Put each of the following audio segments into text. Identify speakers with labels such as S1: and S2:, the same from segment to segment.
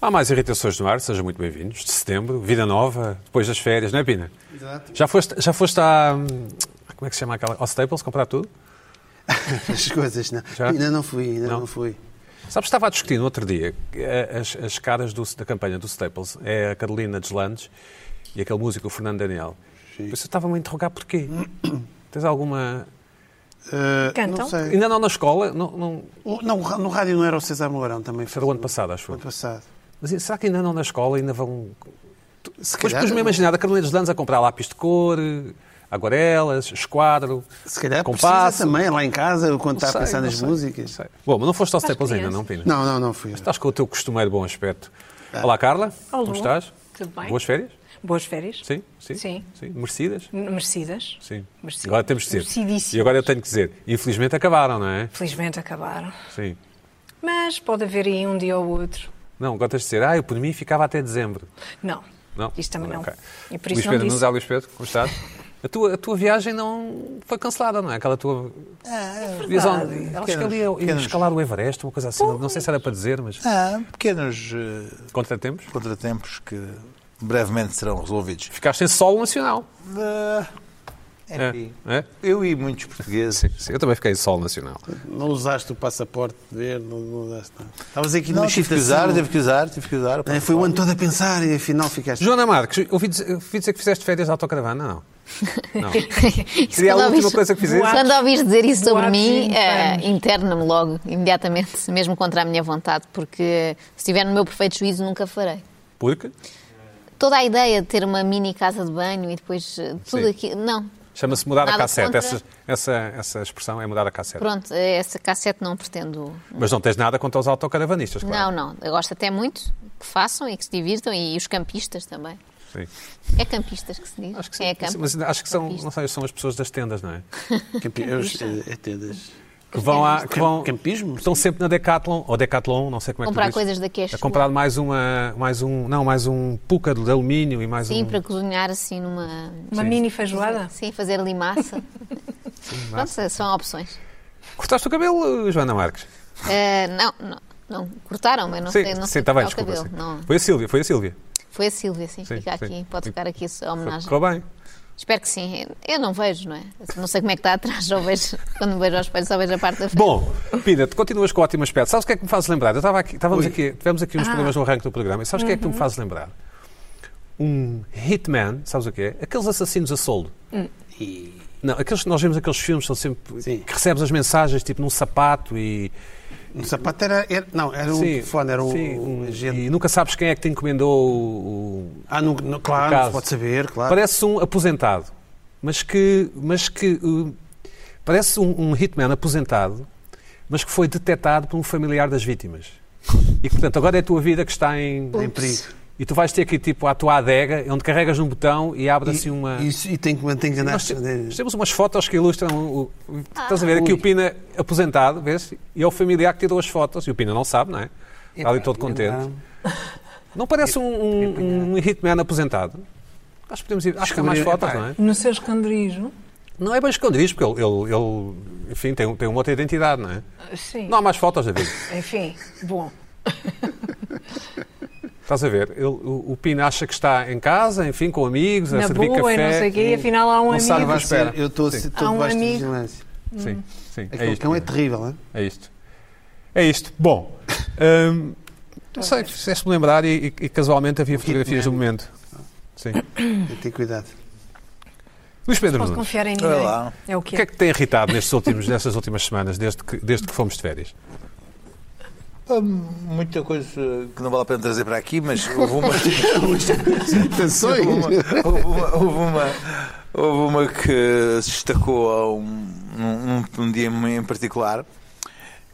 S1: Há mais irritações no ar, sejam muito bem-vindos. De setembro, vida nova, depois das férias, não é, Pina?
S2: Exato.
S1: Já foste, já foste à. hum, Como é que se chama aquela? Ao Staples comprar tudo?
S2: As coisas, não.
S1: Já?
S2: Ainda não fui, ainda
S1: Não?
S2: não, fui.
S1: Sabes, estava a discutir no outro dia eh, as, as caras do- da campanha do Staples. É a Carolina Deslandes e aquele músico, o Fernando Daniel. Por isso eu estava-me a interrogar porquê. Tens alguma.
S2: Ah,
S3: Cantam?
S2: Não sei.
S1: Ainda não na escola? Não, não...
S2: O- Não, o ra- no rádio não era o César Mourão também.
S1: Foi do ano passado, acho
S2: Ano
S1: eu.
S2: passado.
S1: Mas será que ainda não na escola? Ainda vão.
S2: Se
S1: Depois
S2: calhar,
S1: pus-me a imaginar a Carolina Deslandes a comprar lápis de cor, eh, aguarelas, esquadro.
S2: se calhar
S1: compasso.
S2: precisa também, lá em casa, quando está
S1: Não
S2: Tá
S1: sei,
S2: a pensar
S1: não
S2: nas
S1: sei,
S2: músicas.
S1: não sei. Bom, mas não foste ao Staples ainda,
S3: crianças.
S1: não, Pina?
S2: Não, É. não, não fui.
S1: Estás com o teu costumeiro bom aspecto. Olá, Carla.
S3: Olá.
S1: Como estás?
S3: Tudo bem.
S1: Boas férias?
S3: Boas férias.
S1: Sim, sim.
S3: Sim.
S1: Merecidas?
S3: N- Merecidas.
S1: Sim.
S3: Merecidas.
S1: Agora temos de dizer.
S3: Merecidíssimas.
S1: E agora eu tenho que dizer. Infelizmente acabaram, não é?
S3: Felizmente acabaram.
S1: Sim.
S3: Mas pode haver aí um dia ou outro.
S1: Não, agora tens de dizer. Ah, eu por mim ficava até dezembro.
S3: Não.
S1: Não?
S3: Isto também não.
S1: Ok.
S3: E por
S1: Luís
S3: isso
S1: Pedro
S3: não
S1: Nunes,
S3: disse.
S1: ah, Luís Pedro, como estás? A tua, a tua viagem não foi cancelada, não é? Aquela tua.
S2: é
S4: Ah,
S1: visão-
S4: verdade.
S1: Acho que ali ia- ia
S4: Pequenos-
S1: escalar o Everest, uma coisa assim. Não sei se era para dizer, mas.
S4: Ah, pequenos eh,
S1: Contratempos.
S4: contratempos que brevemente serão resolvidos.
S1: Ficaste sem solo nacional.
S4: Ah, enfim,
S1: É, é?
S4: eu e muitos portugueses.
S1: Sim, eu também fiquei em solo nacional.
S2: Não usaste o passaporte verde, não, não usaste nada. Estavas aqui
S4: Não,
S2: numa
S4: tive que
S2: excitação.
S4: usar, um tive que usar, tive que usar.
S2: Eh, Foi o ano todo a pensar e afinal ficaste.
S1: Joana Marques, ouvi dizer, ouvi dizer que fizeste férias de autocaravana, não? Não.
S5: Isso,
S1: Seria a
S5: quando
S1: última
S5: ouvires-
S1: coisa que fizeste?
S5: Quando ouvires dizer isso sobre
S3: Boatos
S5: mim, eh,
S3: internos.
S5: interna-me logo, imediatamente, mesmo contra a minha vontade, porque se estiver no meu perfeito juízo, nunca farei.
S1: Porque?
S5: Toda a ideia de ter uma mini casa de banho e depois eh, tudo
S1: Sim.
S5: aquilo. Não,
S1: Chama-se mudar a
S5: Nada
S1: cassete.
S5: contra-
S1: Essa, essa, essa expressão é mudar a cassete.
S5: pronto, eh, essa cassete não pretendo.
S1: Mas não tens nada contra os autocaravanistas, claro.
S5: Não, não. Eu gosto até muito que façam e que se divirtam e os campistas também.
S1: Sim.
S5: É campistas que se diz?
S1: Acho que
S5: Quem
S1: sim.
S5: é campo?
S1: Mas acho que são,
S5: Campista.
S1: não sei, são as pessoas das tendas, não é?
S2: Campi... Eu, eh, até das-
S1: Que vão a. Ah, Que vão,
S2: Campismo?
S1: Estão sempre na Decathlon, ou Decathlon, não sei como é que tu
S5: Comprar
S1: dizes.
S5: coisas da Cash
S1: A comprar mais uma. Mais um, não, mais um puca de alumínio e mais
S5: Sim,
S1: um.
S5: para cozinhar assim numa.
S3: Uma mini feijoada?
S5: Sim, fazer ali massa. Pronto, são opções.
S1: Cortaste o cabelo, Joana Marques?
S5: Eh, não, não, não. Cortaram, mas não sei, não
S1: sim,
S5: sei
S1: está bem,
S5: cortar o
S1: desculpa.
S5: cabelo.
S1: sim.
S5: Não.
S1: Foi a Sílvia, foi a Sílvia.
S5: Foi a Silvia, sim,
S1: Sim,
S5: fica
S1: sim.
S5: aqui, pode ficar aqui a homenagem.
S1: Correu bem.
S5: Espero que sim. Eu não vejo, não é? Não sei como é que está atrás, só vejo, quando vejo aos espelho, só vejo a parte da frente.
S1: Bom, Pina, tu continuas com ótimo aspecto. Sabes o que é que me faz lembrar? Eu estava aqui, estávamos aqui, tivemos
S5: Ah.
S1: aqui uns problemas no arranque do programa. E sabes o que é que
S5: Uhum.
S1: me faz lembrar? Um hitman, sabes o que é? Aqueles assassinos a soldo.
S2: E-
S1: Não, aqueles que nós vemos aqueles filmes são sempre
S2: Sim.
S1: que recebes as mensagens tipo num sapato e
S2: O sapato era. era- não, era o
S1: Sim,
S2: telefone, era o,
S1: sim,
S2: o
S1: um-
S2: agente.
S1: e nunca sabes quem é que te encomendou o, o-
S2: Ah, não, não-
S1: o
S2: claro, não
S1: caso.
S2: se pode saber, claro.
S1: Parece um aposentado, mas que mas que uh, parece um, um hitman aposentado, mas que foi detectado por um familiar das vítimas. E portanto agora é a tua vida que está em
S2: Em perigo.
S1: e tu vais ter aqui tipo a tua adega onde carregas num botão e abre assim uma
S2: Isso, é e tem que manter que andar.
S1: Nós te- nós temos umas fotos que ilustram o. o- Estás a ver aqui o Pina aposentado, vês? E é o familiar que tirou as fotos. E o Pina não sabe, não é? Está ali todo contente. Não parece um, um, um hitman aposentado? Acho que podemos ir. Acho que há mais
S2: Descobrir-
S1: fotos, não é?
S3: No seu esconderijo?
S1: Não é bem escondido, porque ele, ele, ele, enfim, tem, tem uma outra identidade, não é?
S3: Ah, Sim.
S1: Não há mais fotos, David.
S3: Enfim, bom.
S1: Estás a ver? Ele- o, o Pina acha que está em casa, enfim, com amigos, a
S3: Na
S1: é servir
S3: boa, e
S1: café. Hum,
S3: não sei o quê, e afinal há um
S1: não
S3: amigo.
S1: sabe
S2: Eu
S1: mais- espera.
S2: Eu estou
S1: Sim.
S2: estou
S3: Há um
S2: debaixo de
S3: amigo.
S2: vigilância.
S3: hum.
S1: Sim, sim.
S2: Aquele
S1: É isto,
S2: cão é
S1: Pina.
S2: terrível, hein?
S1: É isto. É isto. Bom, hum, não sei, fizeste-me lembrar e, e- e casualmente havia fotografias do momento. Sim.
S2: Tem que ter cuidado.
S1: Luís Pedro
S3: Posso
S1: Nunes,
S3: confiar em
S4: Olha
S3: ninguém.
S4: lá.
S3: É o
S1: o
S3: quê?
S1: que é que te tem irritado nestes últimos, nestas últimas semanas, desde que, desde que fomos de férias?
S4: Há Muita coisa que não vale a pena trazer para aqui, mas houve uma.
S2: Atenções!
S4: Houve uma, houve uma, houve uma que se destacou a um, um, um dia em particular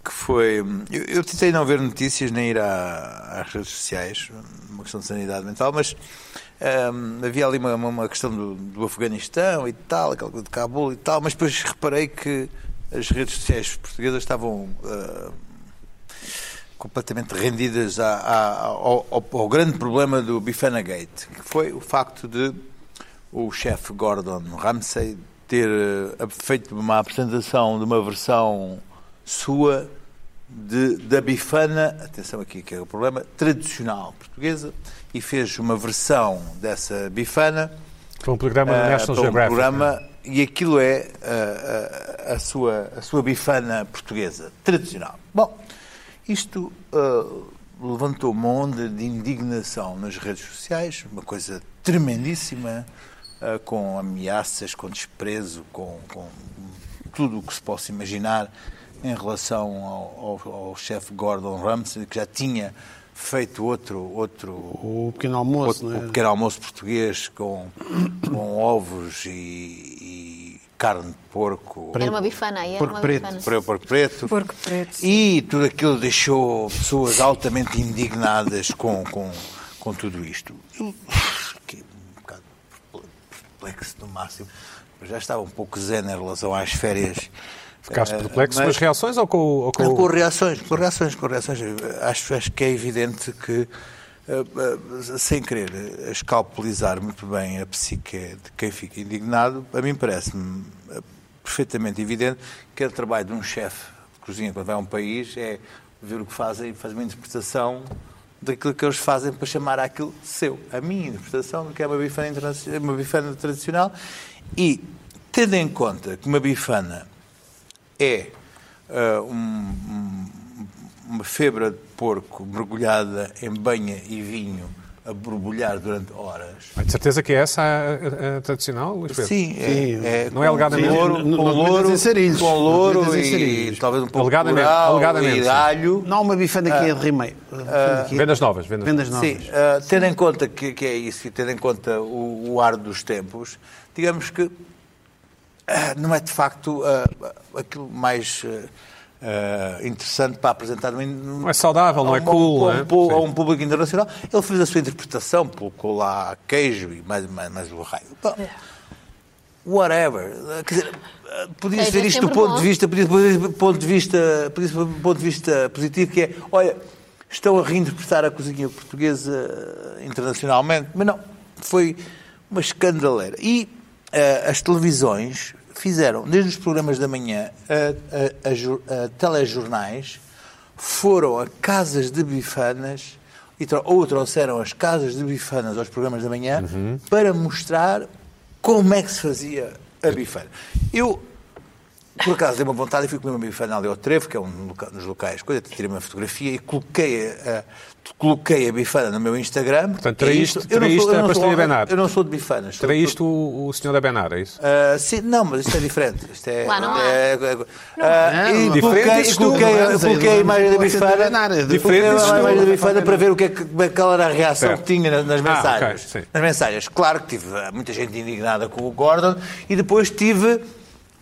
S4: que foi. Eu, eu tentei não ver notícias nem ir à- às redes sociais, uma questão de sanidade mental, mas hum, havia ali uma, uma- uma questão do, do Afeganistão e tal, aquela coisa de Cabul e tal, mas depois reparei que as redes sociais portuguesas estavam. hum, completamente rendidas à- à- ao, ao- ao grande problema do Bifana Gate, que foi o facto de o chefe Gordon Ramsay ter eh, feito uma apresentação de uma versão sua de- da bifana, atenção aqui que é o problema, tradicional portuguesa, e fez uma versão dessa bifana
S1: Para um programa
S4: ah,
S1: da National
S4: para um
S1: Geographic.
S4: programa, e aquilo é ah, ah, a, sua, a sua bifana portuguesa, tradicional. Bom, isto ah, levantou uma onda de indignação nas redes sociais, uma coisa tremendíssima, ah, com ameaças, com desprezo, com, com tudo o que se possa imaginar em relação ao, ao- ao chefe Gordon Ramsay, que já tinha feito outro, outro,
S2: O pequeno almoço,
S4: o
S2: não é?
S4: pequeno almoço português com, com ovos e, e carne de porco.
S5: Era uma bifana aí, era
S2: Porco
S5: uma
S2: preto.
S5: bifana.
S4: Pre- Porco preto.
S3: Porco preto.
S4: E tudo aquilo deixou pessoas altamente indignadas com, com, com tudo isto. Eu fiquei um bocado perplexo no máximo. Já estava um pouco zen em relação às férias.
S1: Ficaste
S4: Eh,
S1: perplexo com as reações ou com, o- ou com
S4: não,
S1: o-
S4: com reações, com reações, com reações. Acho, acho que é evidente que, eh, eh, sem querer eh, escalpelizar muito bem a psique de quem fica indignado, a mim parece-me eh, perfeitamente evidente que o trabalho de um chefe de cozinha quando vai a um país é ver o que fazem e fazer uma interpretação daquilo que eles fazem para chamar aquilo seu. A minha interpretação do que é uma bifana, internaci- uma bifana tradicional e, tendo em conta que uma bifana é ah, um- um- uma febra de porco mergulhada em banha e vinho a borbulhar durante horas.
S1: De certeza que é essa a, a- a tradicional, Luís Pedro?
S4: Sim,
S2: Sim.
S4: é, é
S1: Não é
S4: com
S1: alegadamente.
S4: louro,
S2: Não-
S4: com
S2: não
S4: louro,
S2: acreditas em sarilhos.
S4: com
S2: Não
S4: louro
S2: acreditas em
S4: e,
S2: sarilhos.
S4: talvez um pouco
S1: Alegadamente,
S4: de coral
S1: alegadamente,
S4: e
S1: sim.
S4: alho.
S2: Não há uma bifana que é de rimeiro. Bifana que é-
S1: Vendas novas, vendas
S2: Vendas
S4: Sim,
S2: novas.
S4: ah, tendo em conta que, que é isso e tendo em conta o, o ar dos tempos, digamos que ah, não é de facto ah, aquilo mais ah, ah, interessante para apresentar um,
S1: Não é saudável, não é
S4: a um-
S1: cool,
S4: a um,
S1: não é?
S4: pu-
S1: Sim.
S4: a um público internacional. Ele fez a sua interpretação, colocou lá queijo e mais, mais, mais o raio. Bom,
S5: É.
S4: whatever. Eh, Quer dizer, podias
S5: Seja
S4: ver isto do
S5: é sempre
S4: ponto
S5: bom.
S4: de vista, podias podias- do ponto de vista, podias do ponto de vista positivo, que é, olha, estão a reinterpretar a cozinha portuguesa eh, internacionalmente, mas não, foi uma escandaleira. E eh, as televisões fizeram, desde os programas da manhã a, a- a jor- a telejornais, foram a casas de bifanas e tro- ou trouxeram as casas de bifanas aos programas da manhã para mostrar como é que se fazia a bifana. Eu, por acaso, dei uma vontade e fui comer uma bifana ali ao Trevo, que é um loca- dos locais, coisa, tirei uma fotografia e coloquei a, a- coloquei a bifana no meu Instagram.
S1: Portanto,
S4: É
S1: traíste-
S4: isto. Eu não sou-
S1: traíste
S4: eu
S1: a
S4: não sou-
S1: pastilha Benar.
S4: Eu não sou de bifanas. sou-
S1: Traíste o, o senhor da Benar, é isso?
S4: ah, sim, não, mas isto é diferente. Isto é.
S5: Lá não há.
S4: é- é- ah,
S2: Não, não.
S1: Diferente,
S4: e coloquei, e coloquei,
S2: isto não é.
S4: coloquei a imagem da
S2: Não é
S4: bifana.
S2: nada.
S4: coloquei
S1: Diferente,
S4: a
S1: isto
S4: imagem
S1: não é.
S4: da bifana para ver o que é que, como é que ela era a reação
S1: Certo.
S4: que tinha nas, nas
S1: Ah,
S4: mensagens.
S1: ok, sim.
S4: nas mensagens. Claro que tive ah, muita gente indignada com o Gordon e depois tive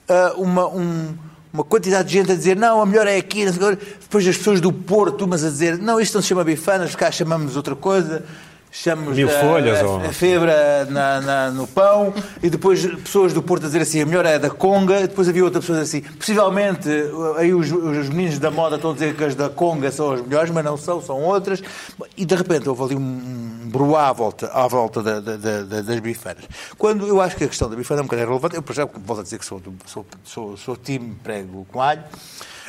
S4: ah, uma. um- uma quantidade de gente a dizer, não, a melhor é aqui, não sei o quê. depois as pessoas do Porto, umas a dizer, não, isto não se chama bifanas, cá chamamos outra coisa, chamamos
S1: Mil
S4: ah,
S1: folhas,
S4: a-
S1: ou-
S4: a febra eh, na- na- no pão e depois pessoas do Porto a dizer assim, a melhor é da Conga, e depois havia outra pessoa a dizer assim, possivelmente eh, aí os, os meninos da moda estão a dizer que as da Conga são as melhores, mas não são, são outras. E de repente houve ali um, um broá à volta, à volta da- da- da- da- das bifanas. Quando eu acho que a questão da bifana é um bocadinho relevante, eu por exemplo volto a dizer que sou, do- sou, sou, sou time prego com alho,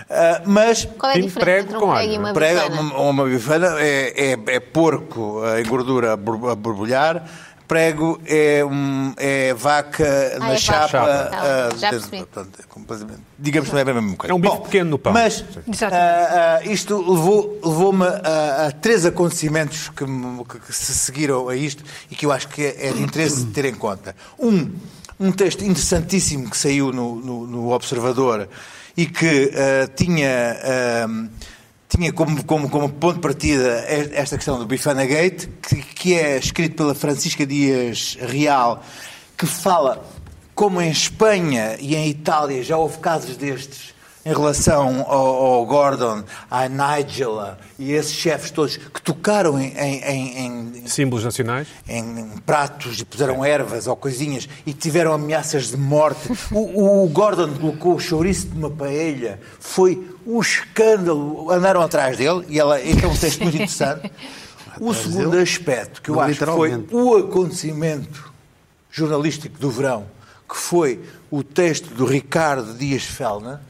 S4: ah, mas
S5: Qual é a
S1: Tem
S5: diferença
S1: prego é
S5: entre
S1: com
S5: um prego
S1: alho,
S5: e uma
S4: prega
S5: bifana?
S4: uma, uma bifana é, é, é porco eh, em gordura a bor- a borbulhar. Prego é, um- é vaca
S5: Ah,
S4: na
S5: é vaca.
S4: chapa.
S5: Chapa.
S4: ah,
S5: Já
S4: dentro-
S5: percebi.
S4: portanto, é completamente- digamos que não é bem a mesma coisa.
S1: É um bife
S4: Bom,
S1: pequeno no pão.
S4: Mas
S3: Exatamente.
S4: ah, ah, isto levou- levou-me a, a três acontecimentos que, me- que- que se seguiram a isto e que eu acho que é, é de interesse ter em conta. Um, um texto interessantíssimo que saiu no, no- no Observador e que ah, tinha. ah, tinha como, como, como ponto de partida e- esta questão do Bifana Gate, que, que é escrito pela Francisca Dias Real, que fala como em Espanha e em Itália já houve casos destes em relação ao, ao Gordon, à Nigela e esses chefes todos que tocaram em- em- em- em,
S1: Símbolos nacionais?
S4: em pratos e puseram ervas ou coisinhas e tiveram ameaças de morte. O, o Gordon colocou o chouriço de uma paella. Foi um escândalo. Andaram atrás dele e ela, este é um texto muito interessante. O segundo aspecto que eu
S2: Não,
S4: acho que foi
S2: literalmente.
S4: o acontecimento jornalístico do verão, que foi o texto do Ricardo Dias Felna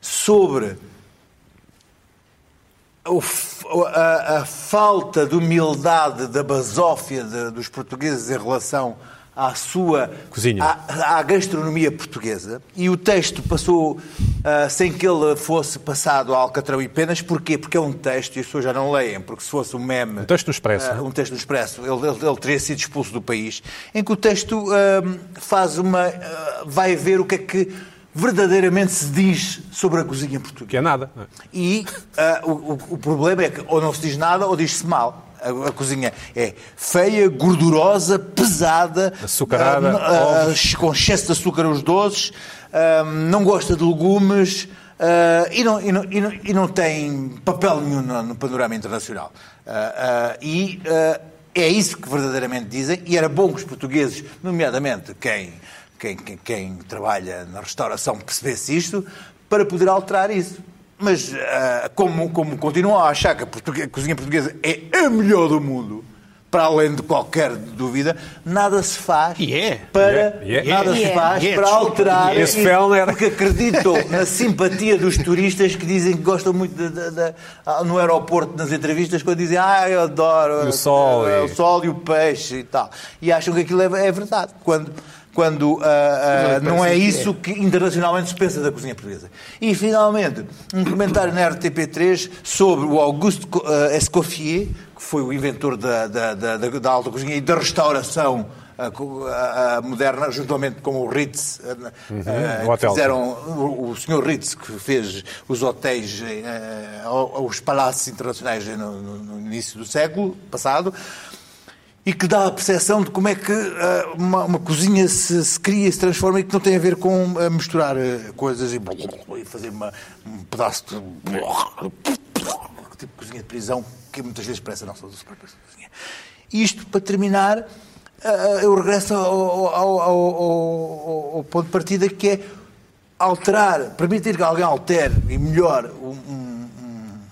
S4: sobre o f- o- a, a falta de humildade da basófia de- dos portugueses em relação à sua
S1: Cozinha.
S4: À, à gastronomia portuguesa e o texto passou ah, sem que ele fosse passado a Alcatrão e Penas porquê? Porque é um texto e as pessoas já não leem porque se fosse um meme
S1: Um texto do Expresso,
S4: ah,
S1: não é?
S4: um texto do Expresso ele, ele- ele teria sido expulso do país em que o texto ahm, faz uma ah, vai ver o que é que verdadeiramente se diz sobre a cozinha portuguesa
S1: Que é nada. não é?
S4: e ah, o, o- o problema é que ou não se diz nada ou diz-se mal. A, a cozinha é feia, gordurosa, pesada,
S1: Açucarada,
S4: ah, ah, com excesso de açúcar os doces, ah, não gosta de legumes ah, e, não, e não- e não- e não tem papel nenhum no, no panorama internacional. Ah, ah, e ah, é isso que verdadeiramente dizem, e era bom que os portugueses, nomeadamente quem, quem, quem- quem trabalha na restauração, percebesse isto para poder alterar isso. Mas ah, como, como continuam a achar que a, portugue- a cozinha portuguesa é a melhor do mundo, para além de qualquer dúvida, nada se faz
S2: E é.
S4: para
S1: E é. E é.
S4: nada
S3: E
S4: se
S3: é.
S4: faz
S2: E é,
S4: para
S2: desculpa,
S4: alterar
S1: e é. Esse
S4: e-
S1: Fellner.
S4: porque acreditam na simpatia dos turistas que dizem que gostam muito da- da- da- ah, no aeroporto nas entrevistas quando dizem ah eu adoro
S1: E o sol
S4: eh,
S1: e-
S4: o sol e o peixe e tal e acham que aquilo é, é verdade quando quando ah, ah,
S2: Não,
S4: não é
S2: parece que
S4: isso que internacionalmente se pensa da cozinha portuguesa. E, finalmente, um comentário na RTP3 sobre o Auguste Co- eh, Escoffier, que foi o inventor da, da, da, da- da alta cozinha e da restauração ah, co- ah, ah, moderna, juntamente com o Ritz, ah, na- ah,
S1: o
S4: que
S1: hotel.
S4: fizeram o, o senhor Ritz, que fez os hotéis, eh, ao- aos palácios internacionais eh, no- no- no início do século passado, e que dá a percepção de como é que ah, uma, uma cozinha se, se cria, se transforma e que não tem a ver com ah, misturar ah, coisas e, e fazer uma- um pedaço de. tipo cozinha de prisão, que muitas vezes parece a nossa doce própria cozinha. Isto, para terminar, ah, eu regresso ao, ao- ao- ao- ao ponto de partida que é alterar, permitir que alguém altere e melhore um- um-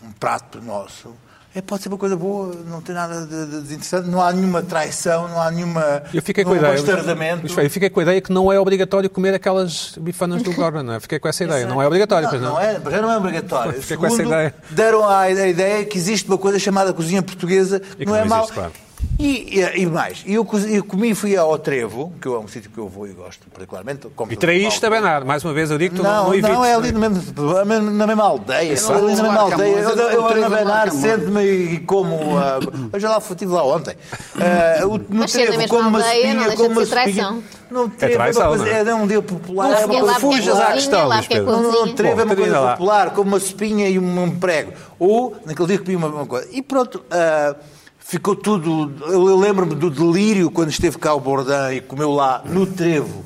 S4: um prato nosso, é, pode ser uma coisa boa, não tem nada de, de- de interessante, não há nenhuma traição, não há nenhuma.
S1: Eu fiquei com a
S4: não há
S1: ideia.
S4: bastardamento.
S1: Luís Feio, eu fiquei com a ideia que não é obrigatório comer aquelas bifanas do Gorna, não é? Fiquei com essa ideia. Não é obrigatório,
S4: Não,
S1: pois não.
S4: não é, para já não é obrigatório.
S1: Fiquei com essa
S4: Segundo,
S1: ideia.
S4: Deram à a ideia que existe uma coisa chamada cozinha portuguesa,
S1: E que
S4: não
S1: não
S4: é mau.
S1: existe, claro.
S4: E, e, e mais, eu, co- eu comi e fui ao Trevo, que é um sítio que eu vou e gosto particularmente. como
S1: E
S4: todo
S1: traíste é? a
S4: Paulo.
S1: Bernardo. Mais uma vez, eu digo que tu não,
S4: Não, não,
S1: evites.
S4: é ali no mesmo, na mesma- na mesma aldeia.
S2: Exato.
S4: É ali na mesma
S2: Marca
S4: aldeia. Eu,
S2: Moura,
S4: eu,
S2: o
S4: eu ando
S2: três
S4: a
S2: da
S4: Benar,
S2: Marca Moura.
S4: sento-me e como. ah, hoje lá fui, estive lá ontem. Ah, o- no
S5: Mas sendo
S4: trevo,
S5: a mesma
S4: como uma
S5: aldeia, não
S4: espinha,
S5: deixa
S4: como
S5: de
S4: uma
S5: ser
S4: espinha.
S5: traição.
S4: Não, trevo,
S1: traição,
S4: é, uma coisa-
S1: não é?
S4: é um dia popular. é uma
S5: Fiquei
S4: coisa-
S5: lá porque
S1: fujas à
S5: cozinha,
S1: questão,
S5: lá
S1: Luís
S5: porque
S1: Pedro.
S4: não, não, não,
S5: cozinha.
S4: trevo é uma
S1: Bom, termina
S4: coisa
S1: lá.
S4: popular, como uma espinha e um um prego. Ou, naquele dia comi uma, uma coisa. E pronto, ah, ficou tudo. Eu, eu lembro-me do delírio quando esteve cá o Bourdain e comeu lá, no trevo,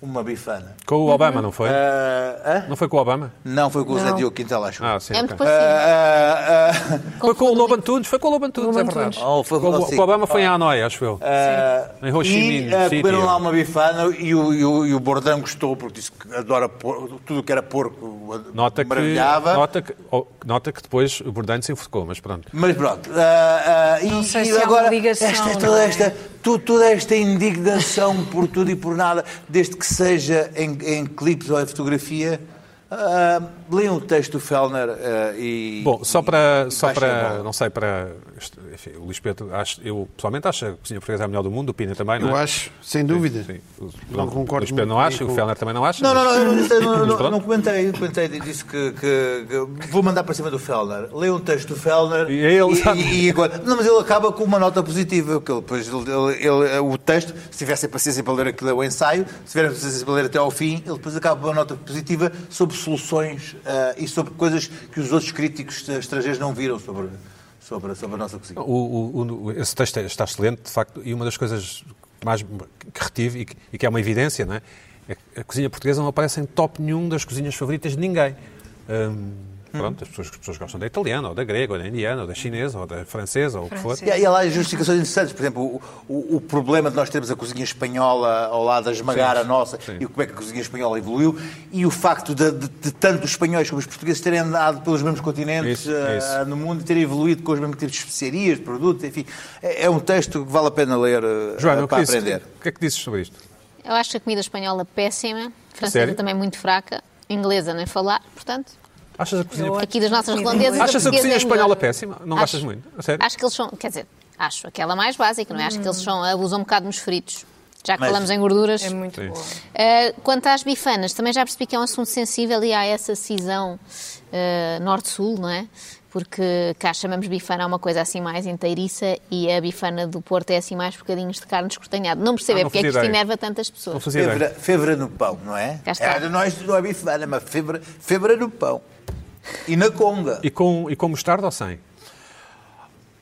S4: uma bifana.
S1: Com o Obama, não foi?
S4: Ah, hã?
S1: Não foi com o Obama?
S4: Não, foi com o Zé
S3: Não. assim,
S4: Diogo Quintal, acho.
S1: Ah, sim.
S5: É
S1: ok.
S5: muito parecido.
S4: Ah, ah,
S1: Foi com o Lobo Antunes, foi com o Lobo Antunes,
S3: Lobo
S1: é verdade.
S3: Antunes.
S1: com
S4: Oh, foi-
S1: o,
S4: oh, sim.
S1: com o Obama foi em Hanoi, acho eu.
S4: ah,
S1: Em Ho Chi Minh
S4: E ah,
S1: City.
S4: comeram lá uma bifana e o, e o, e o Bordão gostou, porque disse que adora por- tudo o que era porco, o-
S1: Nota que,
S4: maravilhava.
S1: nota, que, oh, nota que depois o Bourdain se enforcou, mas pronto.
S4: Mas pronto, ah, ah, e,
S3: Não sei
S4: e
S3: se há uma
S4: agora
S3: ligação,
S4: esta,
S3: não
S4: toda,
S3: é?
S4: esta, tu- toda esta indignação por tudo e por nada, desde que seja em, em clipes ou em fotografia, ah, leiam o texto do Fellner ah, e...
S1: Bom, só para,
S4: e
S1: só
S4: baixem a
S1: para
S4: bola.
S1: não sei, para. isto- Enfim, o Luís Pedro, acho, eu pessoalmente acho que a cozinha portuguesa é a melhor do mundo, o Pina também, não
S2: Eu
S1: é?
S2: acho, sem dúvida.
S1: Sim. O,
S2: Não
S1: o
S2: concordo
S1: Luís Pedro não
S2: muito
S1: acha,
S2: com-
S1: o Fellner também não acha.
S4: Não, não,
S1: mas-
S4: não, eu não, disse- não,
S1: Mas
S4: não,
S1: pronto.
S4: não comentei, comentei, disse que, que- que vou mandar para cima do Fellner. Leia um texto do Fellner
S1: E é ele, sabe?
S4: e- e agora- Não, mas ele acaba com uma nota positiva. Que ele, pois, ele- ele- ele- o texto, se tivessem paciência para ler aquilo é o ensaio, se tiverem paciência para ler até ao fim, ele depois acaba com uma nota positiva sobre soluções ah, e sobre coisas que os outros críticos estrangeiros não viram sobre, sobre, sobre a nossa cozinha.
S1: O- o- o- esse texto é, está excelente, de facto, e uma das coisas que mais me- que retive e que, e que é uma evidência, não é? é que a cozinha portuguesa não aparece em top nenhum das cozinhas favoritas de ninguém. Hum, pronto, as pessoas, as pessoas gostam da italiana, ou da grega, ou da indiana, ou da chinesa, ou da francesa, ou o que for.
S3: Francesa.
S4: E há, e há lá justificações interessantes, por exemplo, o, o- o problema de nós termos a cozinha espanhola ao lado da esmagar a nossa e como é que a cozinha espanhola evoluiu e o facto de, de- de tanto os espanhóis como os portugueses terem andado pelos mesmos continentes
S1: Isso,
S4: eh,
S1: isso.
S4: no mundo e terem evoluído com os mesmos tipos de especiarias, de produtos, enfim. É, é um texto que vale a pena ler eh,
S1: Joana, o que,
S4: para
S1: dizes,
S4: aprender.
S1: o que é que dizes sobre isto?
S5: Eu acho a comida espanhola é péssima, francesa é
S1: Sério?
S5: também muito fraca, inglesa nem falar, portanto.
S1: Achas a cozinha,
S3: Eu acho-
S5: Aqui das nossas
S3: Sim.
S5: redondezas.
S1: achas a
S5: portuguesa
S1: cozinha
S5: é
S1: espanhola
S5: melhor.
S1: péssima? Não
S5: Acho-
S1: gostas muito? A sério?
S5: Acho que eles são, quer dizer, acho aquela mais básica, não é? Acho que eles são, abusam um bocado nos fritos. Já que
S4: Mas-
S5: falamos em gorduras.
S3: Hum. É muito
S1: Sim.
S3: boa.
S5: Uh, quanto às bifanas, também já percebi que é um assunto sensível e há essa cisão uh, norte-sul, não é? Porque cá chamamos bifana a uma coisa assim mais inteiriça e a bifana do Porto é assim mais bocadinhos de carne descortanhada. Não percebo
S1: Ah,
S5: é
S1: não
S5: porque é que
S1: fazia
S5: isto
S1: ideia.
S5: enerva tantas
S1: Não
S5: pessoas.
S1: fazia
S4: Febra,
S1: ideia.
S4: febra no pão, não é?
S5: Cá está.
S4: É, de nós não é bifana, mas febra, febra no pão. E na conga.
S1: E com, e com mostarda ou sem?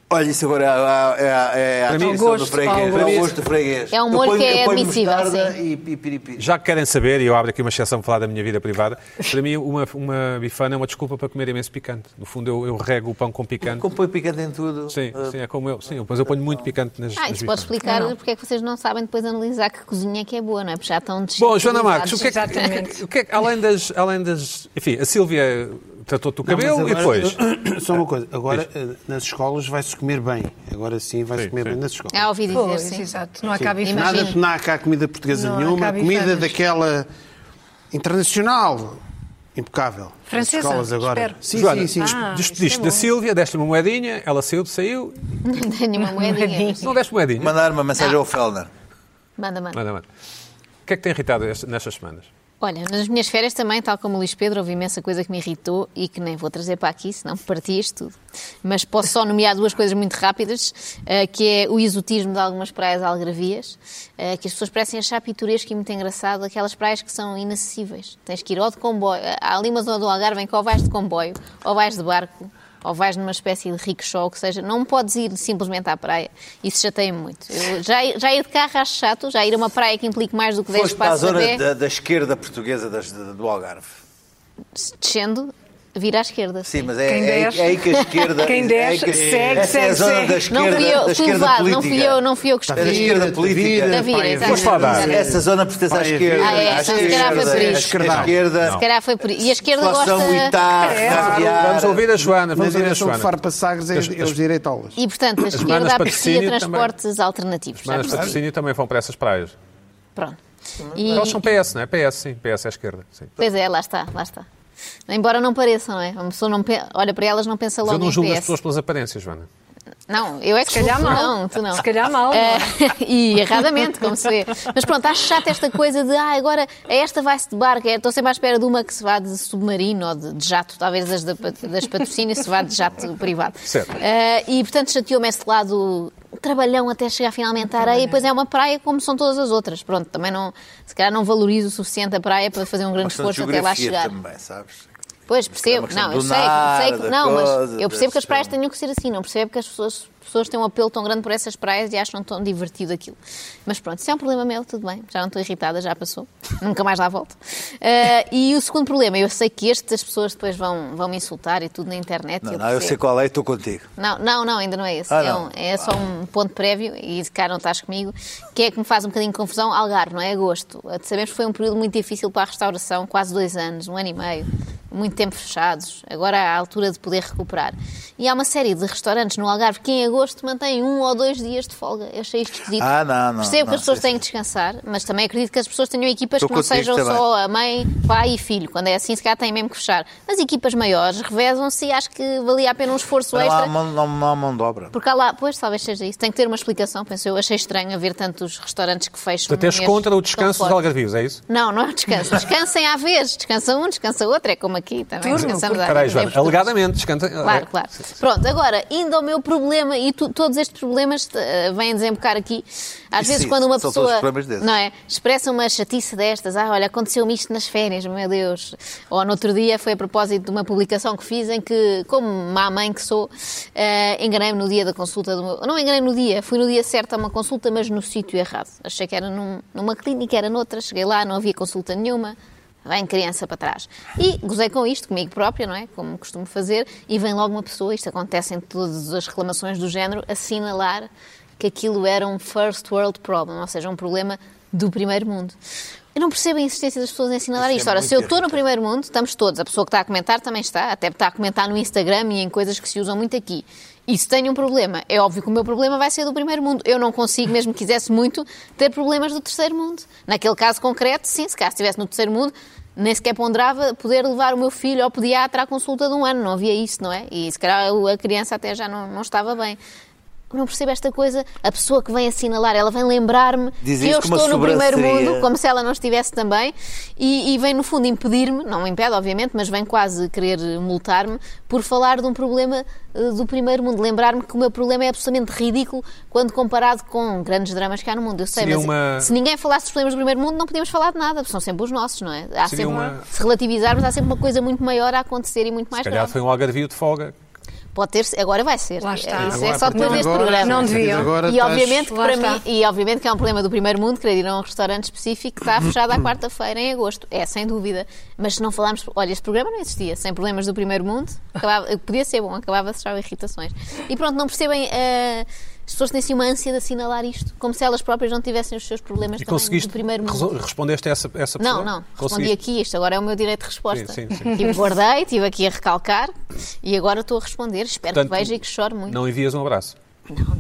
S4: Olha, isso agora é a, é a, é a
S1: Para mim-
S4: atenção
S3: Ao
S4: do
S3: gosto,
S4: freguês.
S3: ao
S4: É o
S3: gosto.
S4: gosto do freguês.
S5: É um
S4: Eu
S5: molho
S4: ponho-
S5: que é
S4: eu ponho
S5: admissível,
S4: mostarda
S5: sim.
S4: E, e piripiri.
S1: Já que querem saber, e eu abro aqui uma exceção para falar da minha vida privada, para mim uma, uma bifana é uma desculpa para comer imenso picante. No fundo, eu, eu rego o pão com picante.
S4: Como põe picante em tudo.
S1: Sim,
S4: eh,
S1: sim, é como eu. Sim, depois eu ponho muito picante nas,
S5: Ah,
S1: nas
S5: isso
S1: bifanas.
S5: pode explicar porque é que vocês não sabem depois analisar que cozinha é que é boa, não é? Porque já estão
S1: Bom, Joana Marques, o que é que,
S3: Exatamente.
S1: o que é que- além, das, além das. Enfim, a Sílvia tratou-te o cabelo
S2: Não, mas
S1: e depois.
S2: agora- Só uma coisa, agora eh, nas escolas vai-se comer bem. Agora sim vai-se
S1: Sim,
S2: comer
S1: sim.
S2: bem nas escolas.
S5: Ah, ouvi dizer,
S3: Pois,
S5: sim.
S3: exato. Não há cá
S5: Sim.
S3: bifanas.
S2: Nada,
S5: Imagino.
S2: não há cá comida portuguesa
S3: Não há
S2: nenhuma,
S3: cá
S2: comida
S3: bifanas.
S2: daquela internacional, impecável. Nas
S3: Francesa,
S2: escolas agora.
S3: espero.
S2: Sim,
S1: Joana,
S2: sim, sim.
S1: des-
S3: Ah,
S1: despediste
S3: isso é
S1: da
S3: bom.
S1: Sílvia, deste-lhe uma moedinha, ela saiu, saiu.
S5: Não tenho nenhuma
S3: é
S5: moedinha.
S1: Não deste moedinha.
S4: Mandar uma mensagem
S5: Ah.
S4: ao Fellner.
S5: Manda, manda.
S1: Manda, manda. O que é que tem irritado este- nestas semanas?
S5: Olha, nas minhas férias também, tal como o Luís Pedro, houve imensa coisa que me irritou e que nem vou trazer para aqui, senão partias tudo. Mas posso só nomear duas coisas muito rápidas, eh, que é o exotismo de algumas praias algarvias, eh, que as pessoas parecem achar pitoresco e muito engraçado, aquelas praias que são inacessíveis. Tens que ir ou de comboio, eh, há ali uma zona do Algarve em que ou vais de comboio, ou vais de barco, ou vais numa espécie de rickshaw, ou que seja, não podes ir simplesmente à praia. Isso chateia-me muito. Eu já, já ir de carro acho chato, já ir a uma praia que implique mais do que 10
S4: Foste para a
S5: passos a pé
S4: zona da, da esquerda portuguesa das- do Algarve.
S5: descendo, vira à esquerda.
S4: Sim, mas é,
S3: Quem
S4: é,
S3: desce-
S4: é aí que a esquerda.
S3: Quem
S4: é aí
S3: desce,
S4: que-
S3: segue,
S4: essa é
S3: segue,
S4: a zona
S3: segue.
S4: da
S5: Não
S4: esquerda,
S5: fui eu,
S4: da
S5: fui
S4: esquerda
S5: levado, não
S4: política.
S5: fui eu, não fui eu que
S4: Da
S5: escrevi.
S4: esquerda
S2: Vira,
S4: política.
S5: Da vira,
S2: pá,
S5: exato.
S1: Foste lá dar.
S5: Sim.
S4: Essa zona pertence à
S2: Vai,
S4: esquerda.
S2: vira.
S5: Ah, é,
S4: à
S5: então se calhar foi por
S4: esquerda, à
S5: isso.
S4: esquerda, à esquerda.
S5: Se calhar foi por aí. E a esquerda
S4: Situação
S5: gosta.
S4: militar,
S3: É,
S4: rodoviária.
S1: Vamos ouvir a Joana,
S2: Na
S1: vamos ouvir a
S2: direção de
S1: Joana.
S2: Faro para Sagres é,
S1: As-
S2: é
S1: as-
S2: os direitolas.
S5: E portanto, a
S1: manas
S5: esquerda aprecia
S1: patrocínio
S5: transportes alternativos.
S1: As manas de
S5: já percebi.
S1: patrocínio também vão para essas praias.
S5: Pronto. E,
S1: Elas são PS, não é? PS, sim. PS é à esquerda. Sim.
S5: pois é, lá está, lá está. Embora não pareça, não é? Uma pessoa não pe- olha para elas não pensa
S1: Mas eu
S5: logo
S1: não julgo
S5: em
S1: as
S5: PS.
S1: pessoas pelas aparências, Joana.
S5: Não, eu é que
S3: Se calhar
S5: julgo, tu
S3: mal.
S5: Não, tu não.
S3: Se calhar mal, não é?
S5: Eh, e erradamente, como se vê. Mas pronto, acho chato esta coisa de ah, agora a esta vai-se de barco. Eh, Estou sempre à espera de uma que se vá de submarino ou de, de jato, talvez das, da- das patrocínio se vá de jato privado.
S1: Certo.
S5: Eh, e portanto chateou-me esse lado trabalhão até chegar finalmente à areia e depois é uma praia como são todas as outras. Pronto, também não, se calhar não valorizo o suficiente a praia para fazer um grande
S4: Questão de
S5: esforço até lá
S4: geografia
S5: chegar.
S4: também, sabes?
S5: Pois,
S4: É uma
S5: percebo.
S4: questão
S5: Não,
S4: do
S5: eu sei,
S4: nar,
S5: sei que
S4: da
S5: não, mas
S4: coisa,
S5: eu percebo que as
S4: desse-
S5: praias tenham que ser assim. Não percebo que as pessoas, pessoas têm um apelo tão grande por essas praias e acham tão divertido aquilo. Mas pronto, se é um problema meu, tudo bem. Já não estou irritada, já passou. Nunca mais lá volto. Ah, e o segundo problema, eu sei que este as pessoas depois vão, vão me insultar e tudo na internet.
S4: Não,
S5: eu
S4: não, eu
S5: percebo.
S4: sei qual é e estou contigo.
S5: Não, não, não, ainda não é esse.
S4: Ah,
S5: é,
S4: não.
S5: um- é só um ponto prévio, e cá não estás comigo, que é que me faz um bocadinho de confusão. Algarve, não é? Agosto. Sabemos que foi um período muito difícil para a restauração, quase dois anos, um ano e meio. Muito tempo fechados. Agora há a altura de poder recuperar. E há uma série de restaurantes no Algarve que em agosto mantêm um ou dois dias de folga. Eu achei isto esquisito.
S4: Ah, não, não,
S5: Percebo
S4: não,
S5: que as pessoas
S4: sim,
S5: têm que descansar, mas também acredito que as pessoas tenham equipas
S4: Estou
S5: que não
S4: contigo
S5: sejam
S4: também.
S5: só a mãe, pai e filho. Quando é assim, se calhar têm mesmo que fechar. Mas equipas maiores revezam-se e acho que valia a pena um esforço
S4: Não
S5: extra.
S4: há, mão, não, não há mão de obra.
S5: Porque há lá, pois, talvez seja isso. Tem que ter uma explicação, penso eu. Achei estranho haver tantos restaurantes que fecham.
S1: Portanto, és
S5: neste
S1: contra o descanso dos
S5: conforto.
S1: algarvios, é isso?
S5: Não, não é o descanso. Descansem à vez. Descansa um, descansa outro. É como aqui também.
S3: Turno,
S5: Descansamos
S3: turno.
S5: à
S1: Espera aí,
S5: vez. É
S1: Joana.
S5: Temos turnos.
S1: Alegadamente, descansa.
S5: Claro, claro. Pronto, agora, indo ao meu problema, e tu- todos estes problemas eh, vêm desembocar aqui. Às
S4: E
S5: vezes,
S4: sim,
S5: quando uma
S4: são todos
S5: pessoa
S4: problemas desses.
S5: não é, expressa uma chatice destas, ah, olha, aconteceu-me isto nas férias, meu Deus. Ou no outro dia foi a propósito de uma publicação que fiz em que, como má mãe que sou, eh, enganei-me no dia da consulta do meu. Não enganei no dia, fui no dia certo a uma consulta, mas no sítio errado. Achei que era num- numa clínica, era noutra, cheguei lá, não havia consulta nenhuma. Vem criança para trás. E gozei com isto, comigo própria, não é? Como costumo fazer, e vem logo uma pessoa, isto acontece em todas as reclamações do género, assinalar que aquilo era um first world problem, ou seja, um problema do primeiro mundo. Eu não percebo a insistência das pessoas em assinalar
S4: Isso é
S5: isto. Ora,
S4: muito
S5: se eu estou no
S4: irritante.
S5: primeiro mundo, estamos todos. A pessoa que está a comentar também está, até está a comentar no Instagram e em coisas que se usam muito aqui. E se tenho um problema, é óbvio que o meu problema vai ser do primeiro mundo. Eu não consigo, mesmo que quisesse muito, ter problemas do terceiro mundo. Naquele caso concreto, sim, se cá estivesse no terceiro mundo, nem sequer ponderava poder levar o meu filho ao pediatra à consulta de um ano, não havia isso, não é? E se calhar a criança até já não, não estava bem. Não percebo esta coisa, a pessoa que vem assinalar, ela vem lembrar-me
S4: Diz
S5: que
S4: isto
S5: eu
S4: com uma
S5: estou no primeiro
S4: sobranceria.
S5: mundo, como se ela não estivesse também, e, e vem no fundo impedir-me, não me impede, obviamente, mas vem quase querer multar-me por falar de um problema eh, do primeiro mundo. Lembrar-me que o meu problema é absolutamente ridículo quando comparado com grandes dramas que há no mundo. Eu sei,
S1: Seria
S5: mas
S1: uma-
S5: se ninguém falasse dos problemas do primeiro mundo, não podíamos falar de nada, porque são sempre os nossos, não é?
S1: Seria
S5: Há sempre,
S1: uma-
S5: Se relativizarmos, há sempre uma coisa muito maior a acontecer e muito mais
S1: Se calhar
S5: grave.
S1: foi um algarvio de folga.
S5: Pode ter, agora vai ser.
S3: Lá está.
S5: É, isso é
S2: Agora,
S5: só depois
S2: portanto,
S5: deste
S2: agora-
S5: programa.
S3: Não
S2: a partir de
S3: deviam.
S2: agora
S5: E
S2: estás-
S5: obviamente, que
S3: Lá
S5: para
S3: está.
S5: mim, e obviamente que é um problema do primeiro mundo querer ir a um restaurante específico que está fechado à quarta-feira em agosto. É, sem dúvida. Mas se não falarmos. Olha, este programa não existia. Sem problemas do primeiro mundo, acabava- podia ser bom, acabava-se já irritações. E pronto, não percebem. eh, as pessoas têm assim uma ânsia de assinalar isto, como se elas próprias não tivessem os seus problemas
S1: E
S5: também
S1: conseguiste.
S5: do primeiro mundo.
S1: reso- Respondeste a essa, essa pessoa?
S5: Não, não. Respondi
S1: Conseguiste?
S5: aqui isto. Agora é o meu direito de resposta.
S1: Sim, sim, sim.
S5: Tive- guardei, estive aqui a recalcar e agora estou a responder. Espero que
S1: Portanto,
S5: veja e que chore muito.
S1: Não envias um abraço? Não, não.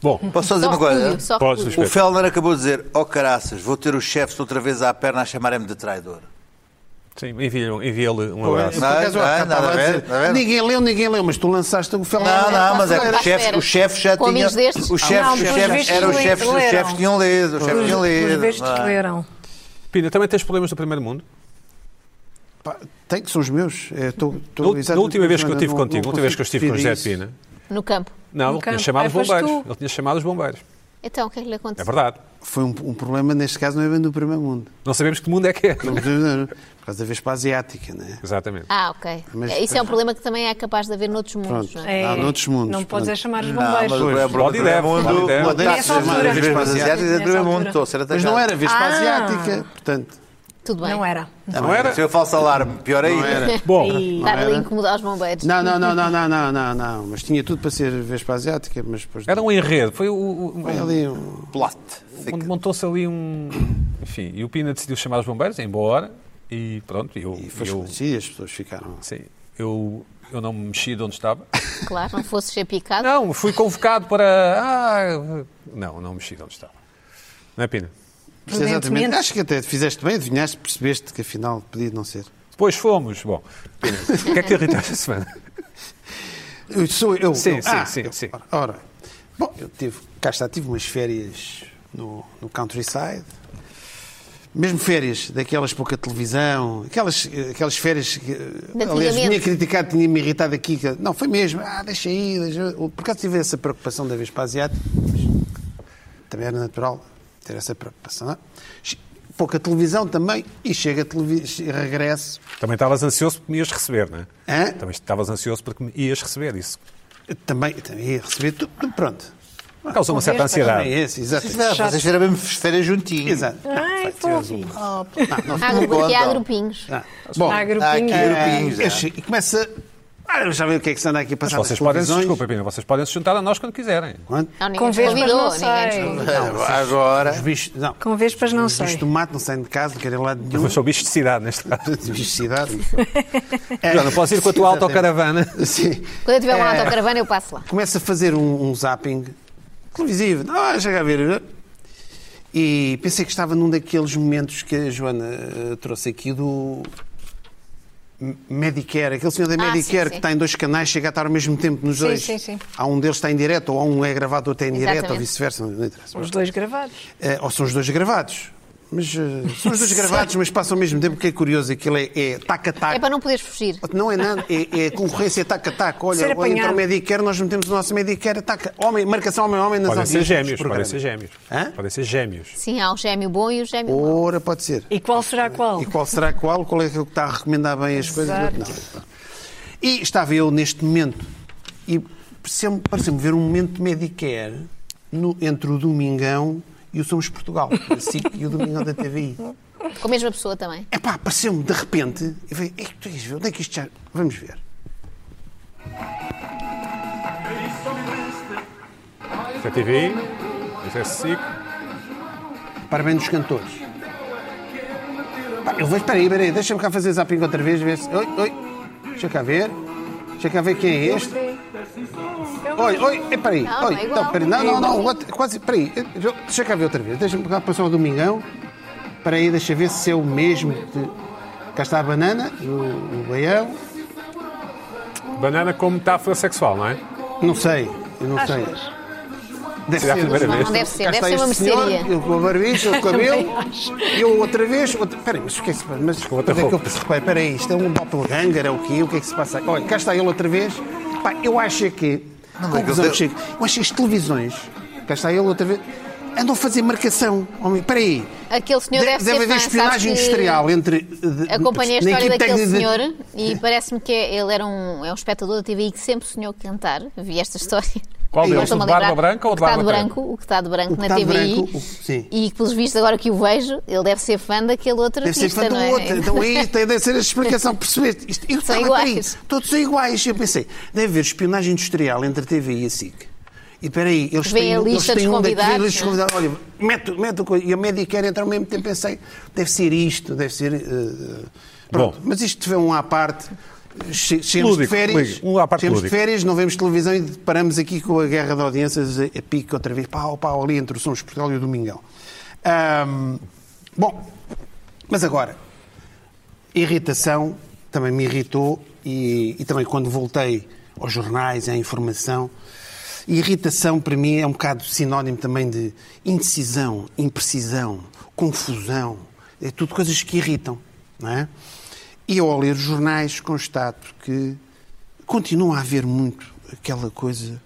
S1: Bom,
S4: Posso só dizer
S5: Só
S4: uma coisa?
S5: repúdio, só
S1: Podes,
S5: repúdio.
S4: O Fellner acabou de dizer, ó caraças, vou ter os chefes outra vez à perna a chamarem-me de traidor.
S1: sim, envia-lhe envia um
S2: Por
S1: abraço.
S2: acaso, eu
S4: Não,
S2: há
S4: não,
S2: bocado
S4: nada a ver,
S2: estava a dizer,
S4: nada a ver.
S2: Ninguém leu, ninguém leu, mas tu lançaste o Felder.
S4: Não, não, mas é
S5: Estava
S4: que
S5: à
S4: o chefe,
S5: espera.
S4: o chefe já
S5: Com
S4: tinha.
S5: amigos destes?
S4: Os chefes,
S3: Não,
S4: os
S3: pelos
S4: chefes,
S3: vistos
S4: eram os
S3: leram.
S4: chefes, os chefes tinham lido, os chefes tinham
S3: Os
S4: lido.
S3: bestas
S4: é não é?
S3: leram.
S1: Pina, também tens problemas do primeiro mundo?
S2: Pá, Tem que são os meus. É, tô- tô
S1: Da ul- Da
S2: exatamente-
S1: última vez que eu
S2: não-
S1: estive
S2: não
S1: contigo, da última vez que eu
S2: consigo
S1: estive com o José de
S2: decidir
S1: Pina.
S5: No campo.
S1: Não,
S3: No
S1: ele tinha
S3: campo.
S1: chamado os
S3: Aí foste
S1: bombeiros.
S3: tu.
S1: Ele tinha chamado os bombeiros.
S5: Então, o que é que lhe
S1: É
S5: aconteceu?
S1: verdade.
S2: isso. Foi um, um problema, neste caso, não é bem do primeiro mundo.
S1: Não sabemos que mundo é que é.
S2: Não, não, não. Por causa da Vespa Asiática, né?
S1: Exatamente.
S5: Ah, ok.
S2: Mas
S5: É, Isso é um problema que também é capaz de haver noutros mundos.
S2: Pronto.
S5: não é?
S3: É,
S2: Há noutros mundos,
S3: Não podes é
S2: pronto.
S3: chamar os
S4: Não, mas é
S3: bombeiros.
S4: o problema
S1: Pode e deve, pode e deve.
S4: mundo.
S3: é
S2: Pode e deve.
S4: As vespas
S3: assim,
S2: Nessa
S4: asiáticas é do primeiro
S3: altura.
S4: mundo. Estou a ser
S2: Mas não
S4: atacado.
S2: era Vespa
S3: Ah.
S2: Asiática, portanto.
S5: Tudo bem.
S3: Não é. era.
S1: Não era?
S4: Seu falso alarme, pior ainda.
S1: Bom,
S5: Estar ali a
S2: era.
S5: incomodar os bombeiros.
S2: Não, não, não, não, não, não, não, não. Mas tinha tudo para ser Vespa Asiática, mas depois.
S1: era um enredo. Foi o- o-
S2: Foi
S1: o-
S2: ali um.
S4: Plot.
S1: onde montou-se ali um. Enfim, e o Pina decidiu chamar os bombeiros, embora, e pronto, eu.
S2: E foi
S1: eu
S2: esclarecido, as pessoas ficaram.
S1: sim, eu, eu não me mexi de onde estava.
S5: Claro, não fosse ser picado.
S1: Não, fui convocado para. Ah, não, não mexi de onde estava. Não é, Pina?
S2: Exatamente.
S3: Prudentemente.
S2: Acho que até fizeste bem, adivinhaste, percebeste que afinal podia não ser.
S1: Depois fomos. Bom, Pina, o que é que te irritou esta semana?
S2: Eu sou eu.
S1: Sim,
S2: eu- Ah,
S1: sim, sim,
S2: eu-
S1: sim.
S2: Ora, ora. bom, eu tive, cá está, tive umas férias no, no countryside. Mesmo férias, daquelas pouca televisão, aquelas, aquelas férias que.
S5: De
S2: Aliás,
S5: antigamente.
S2: vinha criticado, tinha-me irritado aqui. que- Não, foi mesmo, ah, deixa aí. Deixa... Por acaso tive essa preocupação da vez para asiática, mas também era natural ter essa preocupação. não é? Che- Pouca televisão também, e chega a televisão, regresso.
S1: Também estavas ansioso porque me ias receber, não é?
S2: Hã?
S1: Também estavas ansioso porque me ias receber isso.
S2: Também, também recebi tudo, tudo pronto.
S1: Causou uma certa
S2: Também
S1: ansiedade.
S2: é esse, exatamente.
S4: Vocês eram mesmo férias juntinhos.
S2: Exato.
S3: Ai, fofinho.
S5: Há, gru- aqui há
S4: Conta.
S5: grupinhos.
S2: Ah, Bom,
S3: Há
S4: Há aqui
S3: grupinhos.
S4: grupinhos.
S2: eh,
S4: é.
S2: este- e começa. Ah, eu já vi o que é que se anda aqui a
S1: Mas
S2: passar.
S1: vocês
S2: nas
S1: podem,
S2: televisões.
S1: desculpa, Pina, vocês podem se juntar a nós quando quiserem.
S2: Quando-
S5: Não, ninguém
S3: Com
S5: nos
S3: vespas
S5: convidou.
S3: não
S5: ninguém nos
S3: sei.
S5: convidou.
S2: Não, vocês-
S4: Agora.
S2: Os bichos, não.
S3: Com vespas não
S2: os bichos
S3: sei.
S2: do mato não saem de casa, não querem lá de nenhum.
S1: Eu sou bicho de cidade neste caso.
S2: Os bichos de cidade. É.
S1: Já não posso ir com a tua autocaravana.
S2: Sim.
S5: Quando eu tiver uma
S2: Eh,
S5: autocaravana, eu passo lá.
S2: Começa a fazer um, um zapping televisivo. Ah, chega a ver. E pensei que estava num daqueles momentos que a Joana eh, trouxe aqui do M- Medicare, aquele senhor da
S5: Ah,
S2: Medicare
S5: sim,
S2: que
S5: sim.
S2: está em dois canais, chega a estar ao mesmo tempo nos
S3: Sim,
S2: dois.
S3: sim, sim.
S2: Há um deles que está em direto, ou há um é gravado, outro é em direto, ou
S5: Exatamente.
S2: vice-versa, não interessa.
S3: Os dois gravados.
S2: Eh, ou são os dois gravados. Mas eh, são os dois gravados, mas passam ao mesmo tempo, porque é curioso, aquilo é, é taca-taca.
S5: É para não poderes fugir.
S2: Não é nada, é, é concorrência taca-taca.
S3: Ser
S2: Olha, olha, entra
S3: apanhado.
S2: o Medicare, nós metemos o nosso Medicare, taca. Homem, marcação homem-homem nas
S1: Podem ser
S2: audiências dos
S1: gêmeos, podem
S2: programas.
S1: ser gêmeos.
S2: Hã?
S1: Podem ser gêmeos.
S5: Sim, há o gêmeo bom e o gêmeo mau.
S2: Ora, pode ser.
S3: E qual será qual?
S2: E qual será qual? Qual é que está a recomendar bem as coisas?
S3: Exato.
S2: Não. E estava eu neste momento, e pareceu-me pareceu-me ver um momento de Medicare no- entre o Domingão e o Somos Portugal, a SIC e o Domingão da TVI.
S5: Com a mesma pessoa também.
S2: É pá, apareceu-me de repente, e falei, é que tu queres ver, onde é que isto já... Vamos ver.
S1: Isto é TV, isto é SIC.
S2: Parabéns dos cantores. Pá, Eu vejo, peraí, peraí, deixa-me cá fazer zapping outra vez, ver se. Oi, oi. Deixa cá ver. Deixa cá ver quem é este. Oi, oi, é, peraí. oi,
S5: Não, não é igual.
S2: então, peraí. Não, não,
S5: É
S2: não,
S5: igual.
S2: what- quase, peraí. Eu- Deixa cá ver outra vez. Deixa-me cá passar o Domingão. Peraí, deixa ver se é o mesmo. De... Cá está a banana, o, o baião.
S1: Banana como metáfora sexual, não é?
S2: Não sei, eu não sei.
S5: é.
S3: Achas?
S2: Deve
S1: Será a primeira
S5: Não,
S1: vez?
S5: não deve ser,
S2: Cá
S5: deve
S2: está
S5: ser uma
S2: este senhor,
S5: mercearia.
S2: eu com a barbicha, o cabelo, eu outra vez. Outra... Peraí, mas o que é que se passa? Mas
S1: outra
S2: onde é que eu
S1: roupa.
S2: percebi? Peraí, isto é um doppelganger, é o quê? O que é que se passa aqui? Olha, cá está ele outra vez. Pá, eu acho é que. Conclusão,
S4: eu-
S2: que chego. Eu acho que as televisões, cá está ele outra vez, andam a fazer marcação. Homem, peraí.
S5: Aquele senhor
S2: De-
S5: deve ser
S2: deve haver
S5: fã, sabes
S2: espionagem
S5: que-
S2: industrial entre. de-
S5: Acompanhei a
S2: na
S5: história
S2: equipe
S5: daquele
S2: técnica de-
S5: senhor e parece-me que é- ele era um, é um espectador da TVI que sempre sonhou cantar. Vi esta história.
S1: Qual
S5: Não
S1: deles?
S5: estou-me
S1: O
S5: a
S1: de barba
S5: lembrar.
S1: branca ou
S5: O
S1: de
S5: que está de
S1: barba preta?
S5: branco? O que está de branco
S2: O que
S5: na
S2: está de
S5: TVI.
S2: branco, o- sim.
S5: E que, pelos vistos, agora que o vejo, ele deve ser fã daquele outro
S2: Deve ser
S5: artista,
S2: fã do
S5: não é?
S2: outro. Então aí tem de ser a explicação. Percebeste? Isto, eu
S5: São
S2: estava até aí.
S5: iguais.
S2: Todos são iguais. Eu pensei, deve haver espionagem industrial entre a TV e a SIC. E espera aí, eles
S5: Vem
S2: têm,
S5: a
S2: eles
S5: lista
S2: têm
S5: dos
S2: um daqui, vem a lista dos
S5: convidados, é?
S2: convidados. Olha, mete, mete o coisa. E a média quer entrar ao mesmo tempo. Pensei, deve ser isto, deve ser. eh, pronto.
S1: Bom.
S2: Mas isto foi um à parte. Che- Chegamos de
S1: Lúdico,
S2: férias,
S1: lúdico. Um à parte
S2: chegamos de
S1: lúdico.
S2: férias, não vemos televisão e deparamos aqui com a guerra de audiências a, a pique outra vez, pau, pau, ali entre o São Portugal e o Domingão. Ahm, bom, mas agora, irritação também me irritou e, e também quando voltei aos jornais, à informação, irritação para mim é um bocado sinónimo também de indecisão, imprecisão, confusão, é tudo coisas que irritam, não é? E eu, ao ler os jornais, constato que continua a haver muito aquela coisa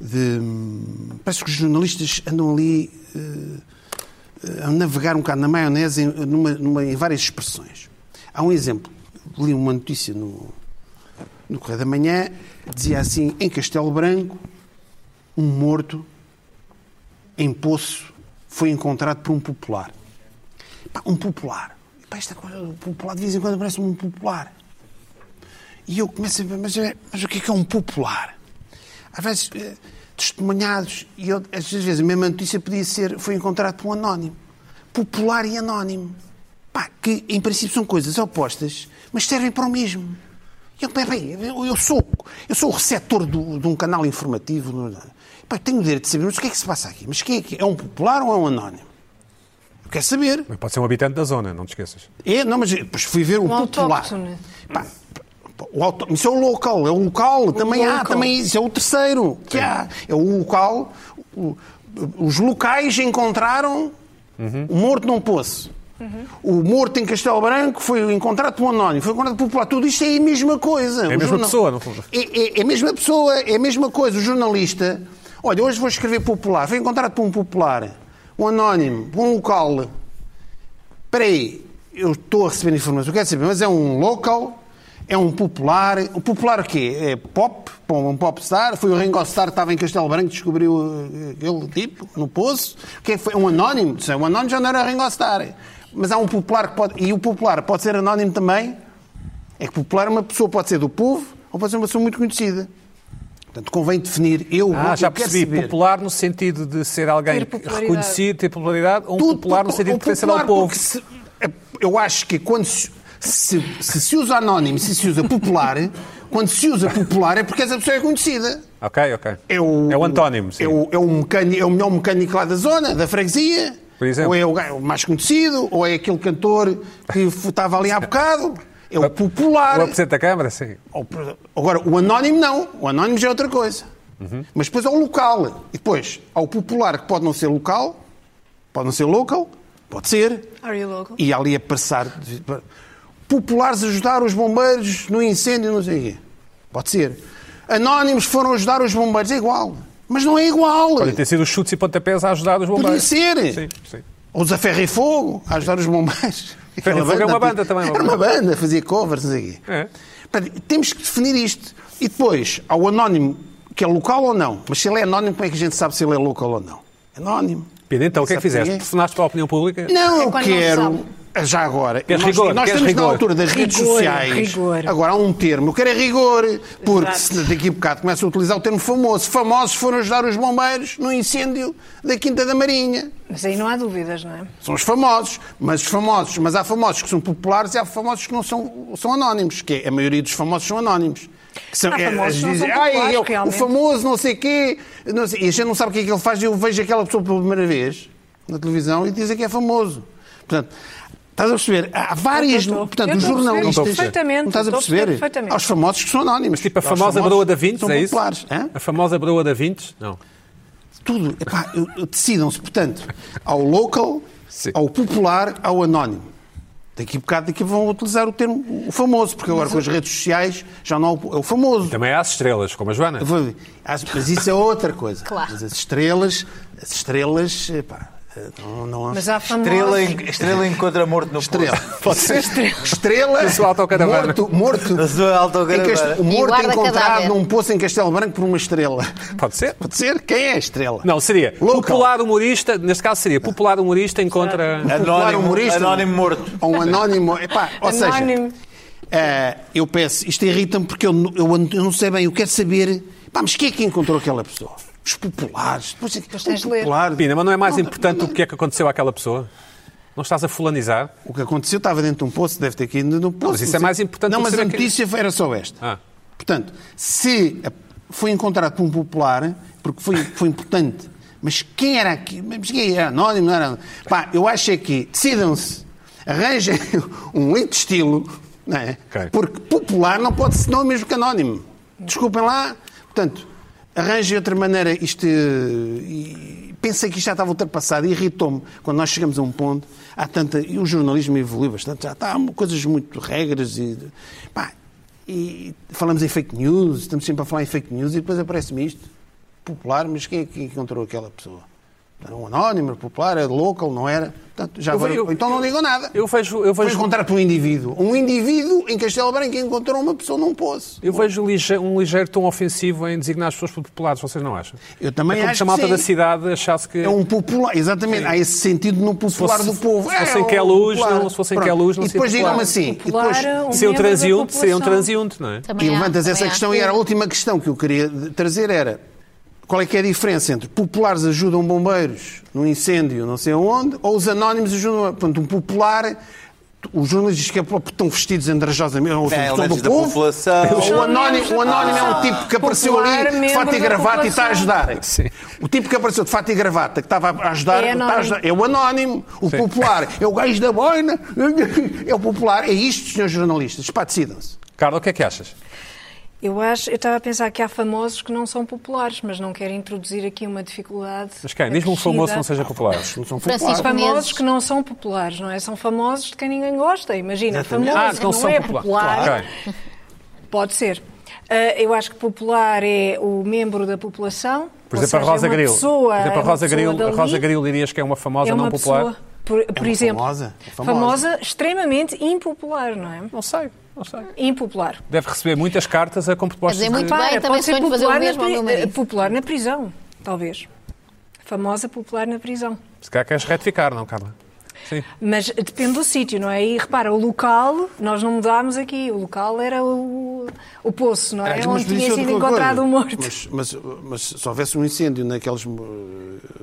S2: de. hum, Parece que os jornalistas andam ali eh, a navegar um bocado na maionese em, numa- numa- em várias expressões. Há um exemplo. Li uma notícia no, no Correio da Manhã, dizia assim: em Castelo Branco, um morto em poço foi encontrado por um popular. Pá, um popular. Pá, esta coisa do popular, de vez em quando parece um popular. E eu começo a ver, mas, é- mas o que é que é um popular? Às vezes, eh, testemunhados, e eu, às vezes a mesma notícia podia ser, foi encontrado por um anónimo. Popular e anónimo. Pá, que em princípio são coisas opostas, mas servem para o mesmo. Eu, peraí, eu, eu sou, eu sou o receptor do- de um canal informativo. não é? Pá, eu tenho o direito de saber, mas o que é que se passa aqui? Mas quem é que é? É um popular ou é um anónimo? Eu quero saber.
S1: Mas Pode ser um habitante da zona, não te esqueças.
S2: É, não, mas depois fui ver o popular.
S3: Um autóctone.
S2: Pá, pá, o auto... Isso é o local, é o
S1: Um
S2: local, também há,
S3: local.
S2: também isso, é o terceiro que há. É o local, o- os locais encontraram
S1: Uhum.
S2: o morto num poço. O morto em Castelo Branco foi encontrado por um anónimo, foi encontrado por popular. Tudo isto é a mesma coisa.
S1: a
S2: O
S1: mesma pessoa, no fundo.
S2: É, é- é a mesma pessoa, é a mesma coisa. O jornalista, olha, hoje vou escrever popular, foi encontrado por um popular, um anónimo, por um local. Espera aí, eu estou a receber informações, eu quero saber, mas é um local, é um popular. O popular o quê? É pop, Bom, um popstar. Foi o Ringo Starr que estava em Castelo Branco, descobriu eh, aquele tipo no poço. Que é- foi um anónimo, se é um anónimo já não era Ringo Starr. Mas há um popular que pode. E o popular pode ser anónimo também. É que popular é uma pessoa, pode ser do povo ou pode ser uma pessoa muito conhecida. Portanto, convém definir. Eu,
S1: Ah,
S2: eu
S1: já
S2: quero
S1: percebi.
S2: saber.
S1: Popular no sentido de ser alguém
S3: Ter popularidade.
S1: reconhecido, ter popularidade, ou um
S2: Tudo
S1: popular no
S2: popu-
S1: sentido
S2: o
S1: de pertencer ao
S2: popular,
S1: povo.
S2: porque se- é, eu acho que quando se, se, se se usa anónimo, se se usa popular, quando se usa popular é porque essa pessoa é conhecida.
S1: Ok, ok.
S2: É o,
S1: antónimo, sim.
S2: É o, é, o mecânico, é o melhor mecânico lá da zona, da freguesia.
S1: Por exemplo.
S2: Ou é o ga- o mais conhecido, ou é aquele cantor que f- estava ali há bocado. É o popular.
S1: O apresenta da Câmara, sim.
S2: Ou- Agora, o anónimo não. O anónimo já é outra coisa.
S1: Uhum.
S2: Mas depois há o local. E depois há o popular, que pode não ser local, pode não ser local, pode ser.
S3: Are you local?
S2: E ali a passar. Populares ajudaram os bombeiros no incêndio, não sei o quê. Pode ser. Anónimos foram ajudar os bombeiros, é igual. Mas não é igual.
S1: Podem ter sido os chutes e pontapés a ajudar os
S2: Podia
S1: bombeiros.
S2: ser.
S1: Sim, sim.
S2: Ou os a Ferro e Fogo, a ajudar os bombeiros. tipo,
S1: Ferro e Fogo é uma banda também, uma
S2: Era uma banda, fazia covers, não sei o quê.
S1: É.
S2: Portanto, temos que definir isto. E depois, ao anónimo, que é local ou não. Mas se ele é anónimo, como é que a gente sabe se ele é local ou não? Anónimo.
S1: Pina, então, o que é que
S2: Sabe
S1: fizeste?
S2: ninguém?
S1: Personaste para a opinião pública?
S2: Não,
S3: É
S2: eu
S3: quando não se
S2: quero. eh, Já agora.
S1: Queres
S2: nós
S1: rigor,
S2: nós
S1: queres
S2: estamos
S1: rigor.
S2: na altura das redes
S3: Rigor,
S2: sociais.
S3: rigor.
S2: Agora há um termo. Eu quero é rigor. Porque se daqui a bocado começa a utilizar o termo famoso. Famosos foram ajudar os bombeiros no incêndio da Quinta da Marinha.
S3: Mas aí não há dúvidas, não é?
S2: São os famosos, mas os famosos, mas há famosos que são populares e há famosos que não são, são anónimos, que é, a maioria dos famosos são anónimos. Que são,
S3: Há
S2: eles
S3: famosos que não são
S2: "Ai,
S3: populares,
S2: eu- o
S3: realmente."
S2: famoso não sei quê, não sei", e a gente não sabe o que é que ele faz, eu vejo aquela pessoa pela primeira vez na televisão e dizem que é famoso. Portanto, Estás a perceber? Há várias.
S3: Eu estou-
S2: portanto,
S3: eu
S2: os
S3: estou a perceber
S2: jornalistas.
S3: perfeitamente,
S2: Não estás a
S3: estou a perceber
S2: perceber?
S3: perfeitamente.
S2: Aos famosos que são anónimos.
S1: Tipo a
S2: Aos
S1: famosa
S2: famosos
S1: broa da
S2: que
S1: Vintes,
S2: são
S1: é isso?
S2: populares. Hã?
S1: A famosa broa da Vintes? Não.
S2: Tudo. Epá, eu- eu- Decidam-se, portanto, ao local,
S1: Sim.
S2: ao popular, ao anónimo. Daqui a bocado daqui vão utilizar o termo o famoso, porque agora com as redes sociais já não há o- é o famoso.
S1: Também há as estrelas, como a Joana.
S2: Eu vou- As- Mas isso é outra coisa.
S5: Claro.
S2: Mas as estrelas, as estrelas, epá, não, não
S3: Mas há
S4: Estrela,
S3: famosos.
S4: en- estrela encontra morto no
S2: Estrela.
S4: poço.
S2: Pode ser estrela. Estrela.
S1: Pessoal é autocaravana.
S2: Morto. morto
S4: Da sua
S2: em
S4: autocaravana.
S2: Cast- o
S5: E
S2: morto
S5: guarda
S2: encontrado
S5: cadáver.
S2: num poço em Castelo Branco por uma estrela.
S1: Pode ser?
S2: Pode ser? Quem é a estrela?
S1: Não, seria
S2: Local.
S1: popular humorista, neste caso seria popular humorista encontra.
S2: Popular
S4: Anónimo,
S2: humorista.
S4: anónimo morto.
S2: Ou um anónimo. Epá, ou
S3: Anónimo.
S2: seja, eh, eu peço, isto irrita-me porque eu, n- eu an- eu não sei bem, eu quero saber. Pá, mas quem é que encontrou aquela pessoa? Os populares. Depois, é que-
S3: tens de ler.
S2: popular.
S1: Pina, mas não é mais importante o que é que aconteceu àquela pessoa? Não estás a fulanizar?
S2: O que aconteceu estava dentro de um poço, deve ter caído num poço.
S1: mas isso é mais importante
S2: Não,
S1: do que
S2: mas a
S1: saber quem-
S2: notícia era só esta.
S1: Ah.
S2: Portanto, se a- foi encontrado por um popular, porque foi, foi importante, mas quem era aqui? Mas quem era anónimo? Não era... Pá, eu acho é que decidam-se, arranjem um leito de estilo, não é?
S1: Ok.
S2: Porque popular não pode ser não mesmo que anónimo. Desculpem lá. Portanto, arranjem outra maneira. Isto. e- Pensei que isto já estava ultrapassado e irritou-me quando nós chegamos a um ponto. Há tanta. E o jornalismo evoluiu bastante. Já está há coisas muito regras e. Pá, e falamos em fake news, estamos sempre a falar em fake news e depois aparece-me isto. Popular, mas quem é que encontrou aquela pessoa? Era um anónimo, era popular, era local, não era? Portanto, já
S1: Eu-
S2: agora-
S1: eu-
S2: então não digam nada.
S1: Eu vejo, eu
S2: Foi
S1: vejo,
S2: encontrar por um indivíduo. Um indivíduo em Castelo Branco encontrou uma pessoa num poço.
S1: eu vejo lige- um ligeiro tom ofensivo em designar as pessoas por populares, vocês não acham?
S2: Eu também
S1: é como
S2: acho
S1: se a malta
S2: que sim.
S1: da cidade achasse que.
S2: É um popular, exatamente. Há esse sentido no popular
S1: fosse-
S2: do povo.
S1: se fosse
S2: é,
S1: em que é
S2: o
S1: luz,
S2: popular.
S1: não- se fosse em
S2: Pronto.
S1: que é luz, não
S2: E
S1: seria
S2: depois
S1: popular.
S2: digam-me assim. e
S3: Popular,
S2: depois,
S3: um
S1: Ser um
S3: membro da
S1: transiunte, seria um
S3: população.
S1: transiunte, não é?
S5: Também
S2: e
S5: há-
S2: levantas
S5: também
S2: essa
S5: há.
S2: questão e era a última questão que eu queria trazer era qual é que é a diferença entre populares ajudam bombeiros num incêndio não sei onde ou os anónimos ajudam... Portanto, um popular... Os jornalistas que é estão vestidos andrajosamente, ou
S4: É,
S2: são
S4: elementos
S2: do
S4: da
S2: povo,
S4: população.
S2: O anónimo, o anónimo é um tipo que apareceu ali
S3: Popular,
S2: de fato e
S3: membro da
S2: gravata e está a
S3: população.
S2: ajudar.
S1: Sim.
S2: O tipo que apareceu de fato e gravata, que estava a ajudar,
S3: É
S2: está a
S3: anónimo.
S2: ajudar. é o anónimo. O popular é o gajo da boina, é o popular. É isto, senhores jornalistas. Pá, decidam-se.
S1: Carla, o que é que achas?
S3: Eu acho, eu estava a pensar que há famosos que não são populares, mas não quero introduzir aqui uma dificuldade.
S1: Mas quem? Diz-me um famoso que não
S3: acrescida.
S1: seja popular.
S2: Não são
S5: Francisco
S2: populares.
S3: Famosos
S5: Menezes.
S3: que não são populares, não é? São famosos de quem ninguém gosta, imagina.
S2: Exatamente.
S3: Famoso
S1: Ah,
S3: que
S1: que
S3: não,
S1: não são
S3: é
S1: populares.
S3: popular,
S1: Claro.
S3: pode ser. Ah, eu acho que popular é o membro da população.
S1: Por
S3: ou
S1: exemplo, a
S3: seja, é
S1: Rosa
S3: uma
S1: Grilo.
S3: Pessoa,
S1: Por exemplo,
S3: é
S1: a
S3: uma
S1: Rosa
S3: pessoa
S1: Grilo, a
S3: dali.
S1: Rosa Grilo dirias que é uma famosa
S3: é uma
S1: não popular?
S3: pessoa, por, por exemplo,
S2: famosa, é famosa.
S3: famosa, extremamente impopular, não é?
S1: Não sei, não sei.
S3: Impopular.
S1: Deve receber muitas cartas a com propostas
S5: Mas é muito
S1: de...
S5: bem, também
S3: pode ser
S5: sonho de fazer o
S3: popular,
S5: mesmo ao
S3: na,
S5: meu
S3: pri- eh,
S5: marido.
S3: popular na prisão, talvez. Famosa popular na prisão.
S1: Se calhar queres retificar, não, Carla? Sim.
S3: Mas depende do sítio, não é? E repara, o local, nós não mudámos aqui. O local era o, o poço, não é?
S2: Mas
S3: Onde
S2: podia
S3: tinha
S2: ser
S3: sido
S2: outra coisa.
S3: encontrado o morto.
S2: Mas, mas, mas se houvesse um incêndio naquelas eh,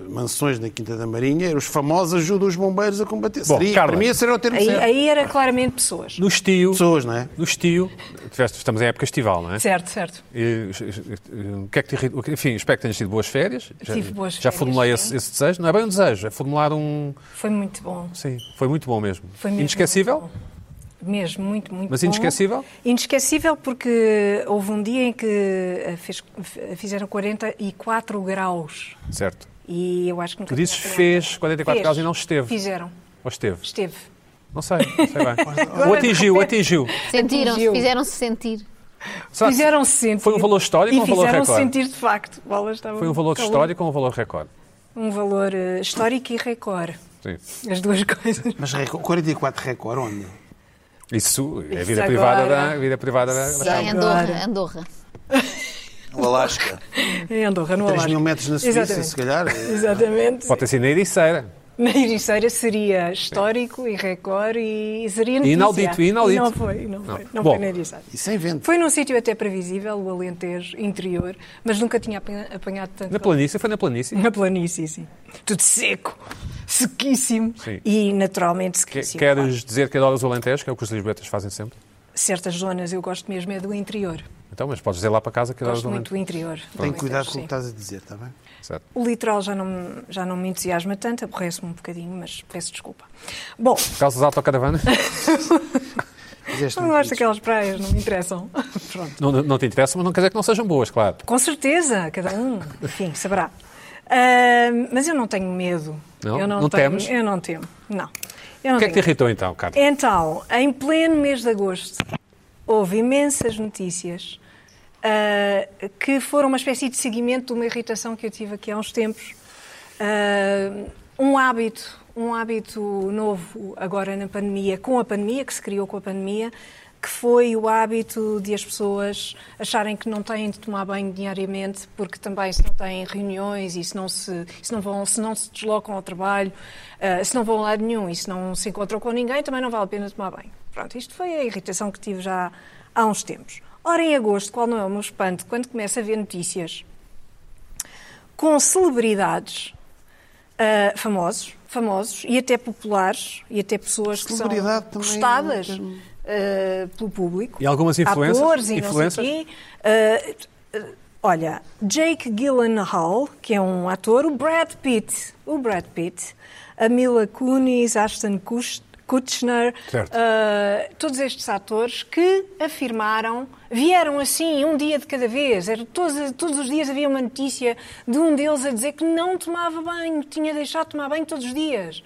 S2: mansões na Quinta da Marinha, os famosos ajudam os bombeiros a combater.
S1: Bom,
S2: seria,
S1: Carla.
S2: para mim, esse era o termo
S3: Aí, é-
S2: certo.
S3: aí era claramente pessoas.
S1: No estio,
S2: Pessoas, não é?
S1: no estio, tiveste- estamos em época estival, não é?
S3: Certo, certo.
S1: E, o que é que te irrita? Enfim, espero que tenhas tido boas férias. Já,
S3: Tive boas
S1: já
S3: férias,
S1: formulei
S3: sim.
S1: esse, esse desejo. Não é bem um desejo, é formular um.
S3: Foi muito bom.
S1: Sim, foi muito bom mesmo.
S3: Foi mesmo
S1: Inesquecível?
S3: muito bom. Mesmo, muito, muito
S1: Mas
S3: bom.
S1: inesquecível?
S3: Inesquecível porque houve um dia em que eh, fez- f- fizeram 44 graus.
S1: Certo.
S3: E eu acho
S1: Tu
S3: que nunca
S1: dizes
S3: tinha apanhado.
S1: fez 44
S3: Fez.
S1: graus e não esteve.
S3: Fizeram.
S1: Ou esteve?
S3: Esteve.
S1: Não sei, não sei bem. Ou atingiu, atingiu.
S5: Sentiram-se,
S3: Atingiu.
S5: fizeram-se sentir.
S1: Será que
S3: Fizeram-se sentir.
S1: Foi um valor histórico
S3: e
S1: ou um valor
S3: fizeram-se
S1: recorde?
S3: sentir de facto. Bolas, estava
S1: Foi um valor
S3: calor.
S1: histórico ou um valor recorde?
S3: Um valor eh, histórico e recorde.
S1: Sim.
S3: As duas coisas.
S2: Mas record- 44 recorde onde?
S1: Isso é a
S3: Isso
S1: vida
S3: agora.
S1: privada da. Vida privada da...
S5: Em
S3: Agora.
S5: Andorra, Andorra.
S4: O Alasca.
S3: Em Andorra, no
S2: 3
S3: Alasca.
S2: mil metros na Suíça,
S3: Exatamente.
S2: se calhar. é-
S3: Exatamente.
S1: Pode ter sido na Ericeira.
S3: Na Ericeira seria histórico e recorde e seria notícia.
S1: Inaudito, inaudito.
S3: E não foi, não, foi. Não
S1: Bom.
S3: foi na Ericeira.
S2: E sem vento.
S3: Foi num sítio até previsível, o Alentejo, interior, mas nunca tinha apanha- apanhado tanto
S1: Na
S3: calor.
S1: planície, foi na planície.
S3: Na planície, sim. Tudo seco, sequíssimo
S1: Sim.
S3: e naturalmente
S1: Que-
S3: sequíssimo.
S1: Queres dizer que adoras o Alentejo, que é o que os Lisboetas fazem sempre?
S3: claro. certas zonas eu gosto mesmo é do interior.
S1: Então, mas podes dizer lá para casa que horas
S3: Gosto
S1: do
S3: muito do interior.
S2: Tem
S3: Muito,
S2: cuidado com o
S3: é, sim.
S2: que estás a dizer, está bem?
S1: Certo.
S3: O litoral já não, me- já não me entusiasma tanto, aborrece-me um bocadinho, mas peço desculpa. Bom,
S1: Por causa das autocaravanas?
S2: Fizeste um
S3: não
S2: muito bem.
S3: gosto daquelas praias, não me interessam. Pronto.
S1: não, não te interessa, mas não quer dizer que não sejam boas, claro.
S3: Com certeza, cada um, enfim, saberá. Ah, mas eu não tenho medo.
S1: Não?
S3: eu
S1: Não
S3: tenho,
S1: temes?
S3: Eu não temo, não. Eu não
S1: O que é que te
S3: tenho.
S1: irritou então, Carlos?
S3: Então, em pleno mês de agosto, houve imensas notícias ah, que foram uma espécie de seguimento de uma irritação que eu tive aqui há uns tempos. Ah, um hábito, um hábito novo agora na pandemia, com a pandemia, que se criou com a pandemia, que foi o hábito de as pessoas acharem que não têm de tomar banho diariamente, porque também se não têm reuniões e se não se, se não vão, se não se deslocam ao trabalho, ah, se não vão a lado nenhum e se não se encontram com ninguém, também não vale a pena tomar banho. Pronto, isto foi a irritação que tive já há uns tempos. Ora, em agosto, qual não é o meu espanto, quando começo a ver notícias com celebridades ah, famosos, famosos e até populares e até pessoas que são
S2: Celebridade também é um
S3: gostadas
S2: termo.
S3: ah, pelo público.
S1: E algumas influencers?
S3: Atores e
S1: Influencers?
S3: não sei o quê. Ah, ah, olha, Jake Gyllenhaal, que é um ator, o Brad Pitt, o Brad Pitt, a Mila Kunis, Ashton Kutch- Kutcher,
S1: Certo.
S3: ah, todos estes atores que afirmaram, vieram assim, um dia de cada vez. Era, todos, todos os dias havia uma notícia de um deles a dizer que não tomava banho, tinha deixado de tomar banho todos os dias.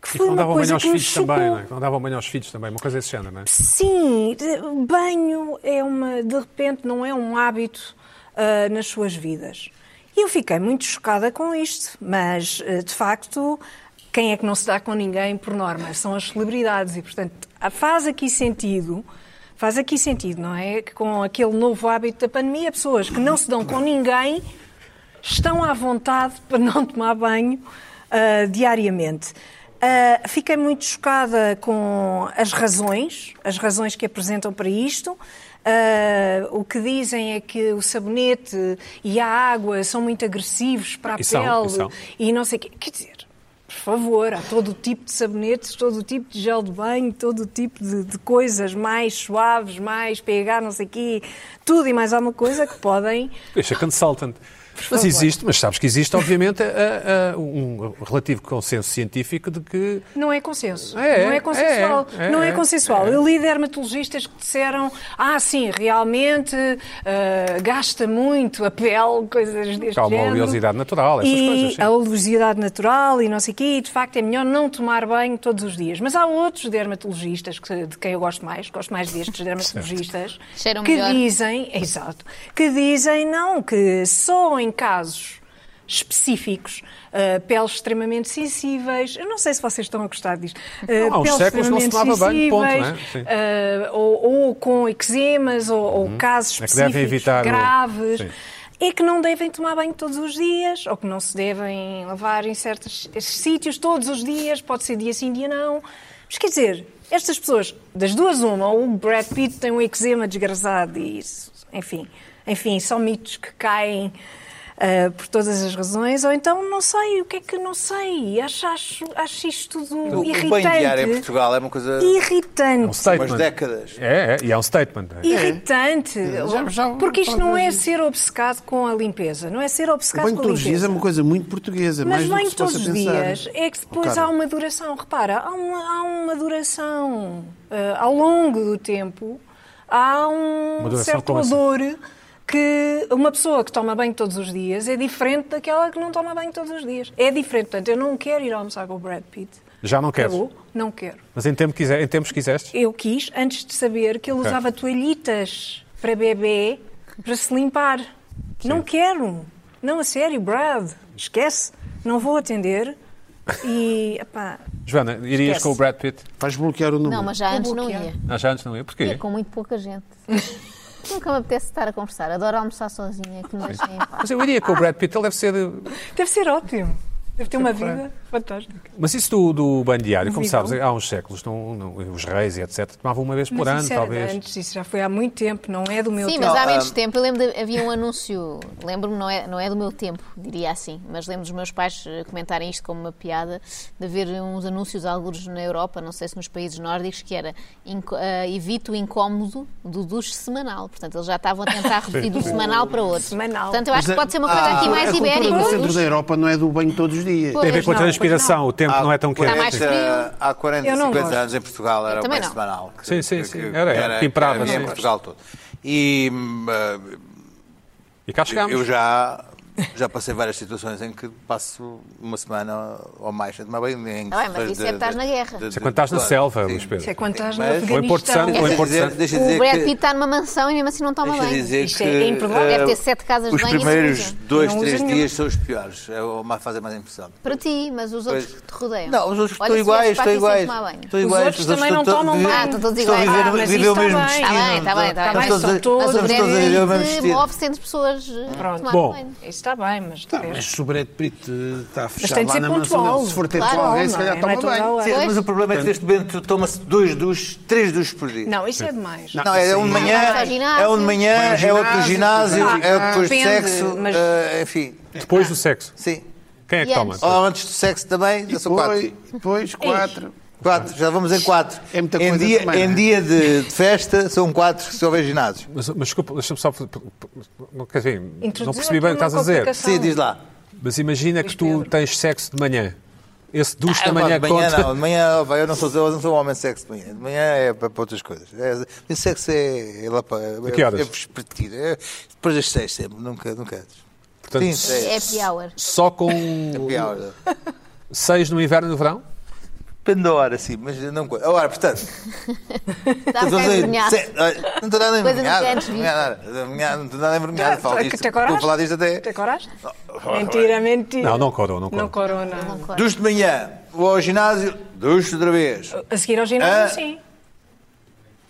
S3: Que
S1: E
S3: foi
S1: quando
S3: uma
S1: dava banho
S3: coisa
S1: aos
S3: que me
S1: filhos também,
S3: chocou.
S1: não é? Quando dava banho aos filhos também, uma coisa desse género, não é?
S3: Sim, de- banho é uma, de repente, não é um hábito ah, nas suas vidas. E eu fiquei muito chocada com isto, mas ah, de facto, quem é que não se dá com ninguém por norma? São as celebridades e, portanto, ah, faz aqui sentido. Faz aqui sentido, não é? Que com aquele novo hábito da pandemia, pessoas que não se dão com ninguém estão à vontade para não tomar banho ah, diariamente. Ah, fiquei muito chocada com as razões, as razões que apresentam para isto. Ah, o que dizem é que o sabonete e a água são muito agressivos para a
S1: E são,
S3: pele
S1: e são.
S3: e não sei o quê. Quer dizer, por favor, há todo o tipo de sabonetes, todo o tipo de gel de banho, todo o tipo de, de coisas mais suaves, mais pH, não sei o quê, tudo e mais alguma coisa que podem
S1: Deixa consultant. Mas
S3: favor.
S1: existe, mas sabes que existe, obviamente, a- a- um relativo consenso científico de que
S3: Não é consenso.
S1: É,
S3: não é consensual.
S1: é, é,
S3: não é,
S1: é,
S3: consensual.
S1: é.
S3: Eu li dermatologistas que disseram: ah, sim, realmente ah, gasta muito a pele, coisas deste
S1: Calma, a
S3: género.
S1: oleosidade natural, essas
S3: e
S1: coisas, sim.
S3: A oleosidade natural e não sei o quê, e de facto é melhor não tomar banho todos os dias. Mas há outros dermatologistas, que, de quem eu gosto mais, gosto mais destes dermatologistas,
S5: Cheiram
S3: que
S5: melhor.
S3: dizem, exato, que dizem não, que só em casos específicos, ah, peles extremamente sensíveis, eu não sei se vocês estão a gostar disto, ah,
S1: Não, há uns
S3: peles
S1: séculos não se
S3: extremamente
S1: tomava banho, ponto,
S3: sensíveis,
S1: não é? Sim.
S3: ah, ou, ou com eczemas, ou, ou casos
S1: É que
S3: específicos
S1: devem evitar o-
S3: graves,
S1: Sim.
S3: é que não devem tomar banho todos os dias, ou que não se devem lavar em certos sítios todos os dias, pode ser dia sim, dia não. Mas quer dizer, estas pessoas, das duas uma, ou o Brad Pitt tem um eczema desgraçado e isso, enfim, enfim, são mitos que caem ah, por todas as razões, ou então não sei, o que é que não sei, acho, acho, acho isto tudo
S4: O-
S3: irritante.
S4: O banho diário em Portugal é uma coisa.
S1: é um
S3: Irritante.
S1: statement.
S4: Umas décadas.
S1: É, é, e é um statement. não é?
S3: Irritante.
S2: Já- já-
S3: porque isto não é ser obcecado com a limpeza, não é ser
S2: O
S3: obcecado
S2: banho
S3: com a
S2: todos os dias é
S3: limpeza.
S2: uma coisa muito portuguesa, mais
S3: Mas
S2: do que
S3: banho
S2: se possa
S3: todos os
S2: pensar.
S3: dias é que
S2: Oh,
S3: depois
S2: Carla,
S3: há uma duração, repara, há uma, há uma duração eh, ao longo do tempo, há
S1: Uma
S3: um
S1: duração
S3: certo
S1: como assim?
S3: odor que uma pessoa que toma banho todos os dias é diferente daquela que não toma banho todos os dias. É diferente, portanto, eu não quero ir almoçar com o Brad Pitt.
S1: Já não queres.
S3: Acabou, não quero.
S1: Mas em, tempo quiser, em tempos quiseste.
S3: Eu quis antes de saber que ele
S1: Ok.
S3: usava toalhitas para bebê para se limpar. Não quero. Não, a sério, Brad. Esquece. Não vou atender. E, epá,
S1: Joana, irias
S3: Esquece.
S1: com o Brad Pitt?
S2: Vais bloquear o número.
S5: Não, mas já antes não
S3: bloquear.
S5: ia.
S1: Ah, já antes não ia. Porquê?
S5: Ia com muito pouca gente. Nunca me apetece estar a conversar. Adoro almoçar sozinha, que me deixem em paz.
S1: Mas eu iria com o Brad Pitt, ele deve ser.
S3: deve ser ótimo. Deve ter uma vida fantástica.
S1: Mas isso do, do banho diário, como
S3: Vivam.
S1: sabes, há uns séculos, não, não- os reis e etc. tomavam uma vez por
S3: Mas
S1: ano,
S3: isso era de
S1: talvez.
S3: antes, isso já foi há muito tempo, não é do meu
S5: Sim,
S3: tempo.
S5: mas há menos
S4: Ah.
S5: tempo. Eu lembro de, havia um anúncio, lembro-me, não é, não é do meu tempo, diria assim, mas lembro dos meus pais eh, comentarem isto como uma piada, de haver uns anúncios, alguns na Europa, não sei se nos países nórdicos, que era inco- eh, evita o incómodo do duche semanal. Portanto, eles já estavam a tentar repetir do semanal para outro.
S3: Semanal.
S5: Portanto, eu acho que pode ser uma coisa
S2: Ah,
S5: aqui é mais
S2: a cultura
S5: ibérica.
S2: do
S5: o
S2: centro da
S5: duche.
S2: Europa não é do banho todos os dias.
S5: Pois.
S1: Tem a ver com a
S3: Pois não,
S1: transpiração, o tempo
S4: Há
S1: não é tão quente.
S4: 40,
S5: mais frio.
S4: Há 40,
S3: Eu não
S4: 50
S3: gosto.
S4: anos em Portugal era o
S5: também
S4: bem
S5: não.
S4: semanal. que-
S1: Sim, sim,
S4: que-
S1: sim.
S4: que
S1: Era, pimprava,
S4: era
S1: sim.
S4: em Portugal todo. E hum,
S1: E cá
S4: ah,
S1: chegámos.
S4: eu já, já passei várias situações em que passo uma semana ou mais sem tomar banho. em
S5: Ah, bem, mas
S4: situações
S5: isso é
S4: de-
S5: estás na
S4: de-
S5: guerra.
S4: de-
S5: Isso
S1: é quando estás na
S4: de-
S1: selva,
S4: Sim.
S1: Luís Pedro.
S3: Isso é quando estás no
S4: Mas-
S1: Ou em Porto
S3: Afeganistão.
S1: Santo, ou em
S4: Deixa
S1: Porto
S4: dizer-
S1: Santo.
S4: deixa dizer
S5: O Brad
S4: que-
S5: Pitt está numa mansão e mesmo assim não toma
S4: Deixa
S5: banho.
S4: dizer
S3: Isto
S4: que,
S3: é improvável.
S4: eh,
S5: Deve ter sete casas de
S4: Os
S5: banho e
S4: primeiros
S5: cinco.
S4: dois,
S3: Não usa
S4: três
S3: nenhuma.
S4: dias são os piores. É o mais fazem mais impressão.
S5: Para ti, mas os outros que te rodeiam.
S4: Não, os outros
S5: É. Olha,
S4: estão
S5: se
S4: iguais,
S5: viesses para
S4: estão
S5: aqui sem
S4: iguais.
S5: tomar é banho.
S4: Estão
S3: Os
S4: iguais,
S3: outros também não
S4: estão
S3: tomam
S4: todos-
S3: banho.
S5: Ah, estão todos
S4: estão a
S5: iguais.
S4: viver-
S5: Ah, mas
S4: viver
S3: isso
S4: o mesmo
S3: está bem.
S4: destino.
S5: Está bem, está bem, está bem.
S4: Estamos todos a-
S3: Mas são
S4: estamos todos a
S5: Mas o Brad
S4: viver é o mesmo
S5: Pitt
S4: destino.
S5: move 100 pessoas eh,
S3: Pronto.
S5: tomar
S1: Bom.
S5: banho.
S3: Isso está bem, mas.
S2: Tá, mas se o Brad Pitt eh, está a fechar
S3: É. tem de
S2: lá
S3: ser
S2: na mansão
S3: pontual.
S2: dele, se for ter
S5: Claro,
S2: com alguém, se
S3: não
S2: calhar tá
S3: é? Não é
S2: toma
S3: toda a
S2: banho.
S3: hora.
S4: Sim,
S5: Pois.
S4: mas o problema é que neste momento toma-se dois duches, três duches por dia.
S3: Não, isso é demais.
S4: Não, é um de
S2: Não,
S4: manhã,
S5: vai ao ginásio.
S4: é um de manhã,
S2: Vai ao
S4: é outro do
S2: ginásio,
S4: ginásio,
S2: vai
S4: é outro depois do
S3: depende,
S4: sexo,
S3: mas-
S4: eh, enfim.
S1: Depois do sexo.
S4: Sim.
S1: Quem é que
S5: E
S1: toma?
S5: antes?
S4: Ou antes do sexo também, já são quatro.
S2: Depois, depois quatro.
S4: Quatro, já vamos em quatro.
S2: É muita
S4: em
S2: coisa
S4: dia,
S2: também,
S4: em
S2: não é?
S4: dia de, de festa, são quatro se houver ginásio.
S1: Mas, mas desculpa, deixa-me só. p- p- p- Não, quer dizer, não
S3: Introduziu
S1: percebi bem o
S3: aqui
S1: que estás a
S3: uma
S1: dizer.
S3: complicação.
S4: Sim, diz lá.
S1: Mas imagina que tu
S3: Pedro.
S1: tens sexo de manhã. Esse duche da
S4: Ah,
S1: manhã
S4: de manhã não,
S1: conta.
S4: de manhã, ó, vai, eu não sou, eu não sou um homem de sexo de manhã. De manhã é para, para outras coisas. É, o sexo é, é lá para. É,
S1: que horas?
S4: É, vespertino, é depois das seis sempre, nunca, nunca antes.
S1: Portanto,
S4: Sim, É sim.
S5: É happy hour.
S1: Só com
S4: Happy hour.
S1: seis no inverno e no verão?
S4: Depende da hora, sim, mas não. co- Agora, portanto.
S5: Dá
S4: portanto,
S5: para
S4: vamos aí,
S5: envergonhar.
S4: se- olha, não estou nada
S5: Tá Coisa
S4: envergonhado.
S5: nunca antes Tá, é
S4: Não é nada, envergonhado, Não estou nada envergonhado. Falo
S3: Te-
S4: disto.
S3: te
S4: Estou a falar
S3: coraste?
S4: disto até.
S3: Te coraste? Mentira, mentira.
S1: Não, não corou, não corou.
S3: Não corou, não.
S4: Ducho de manhã, vou ao ginásio, ducho outra vez.
S3: A seguir ao ginásio,
S4: Ah.
S3: sim.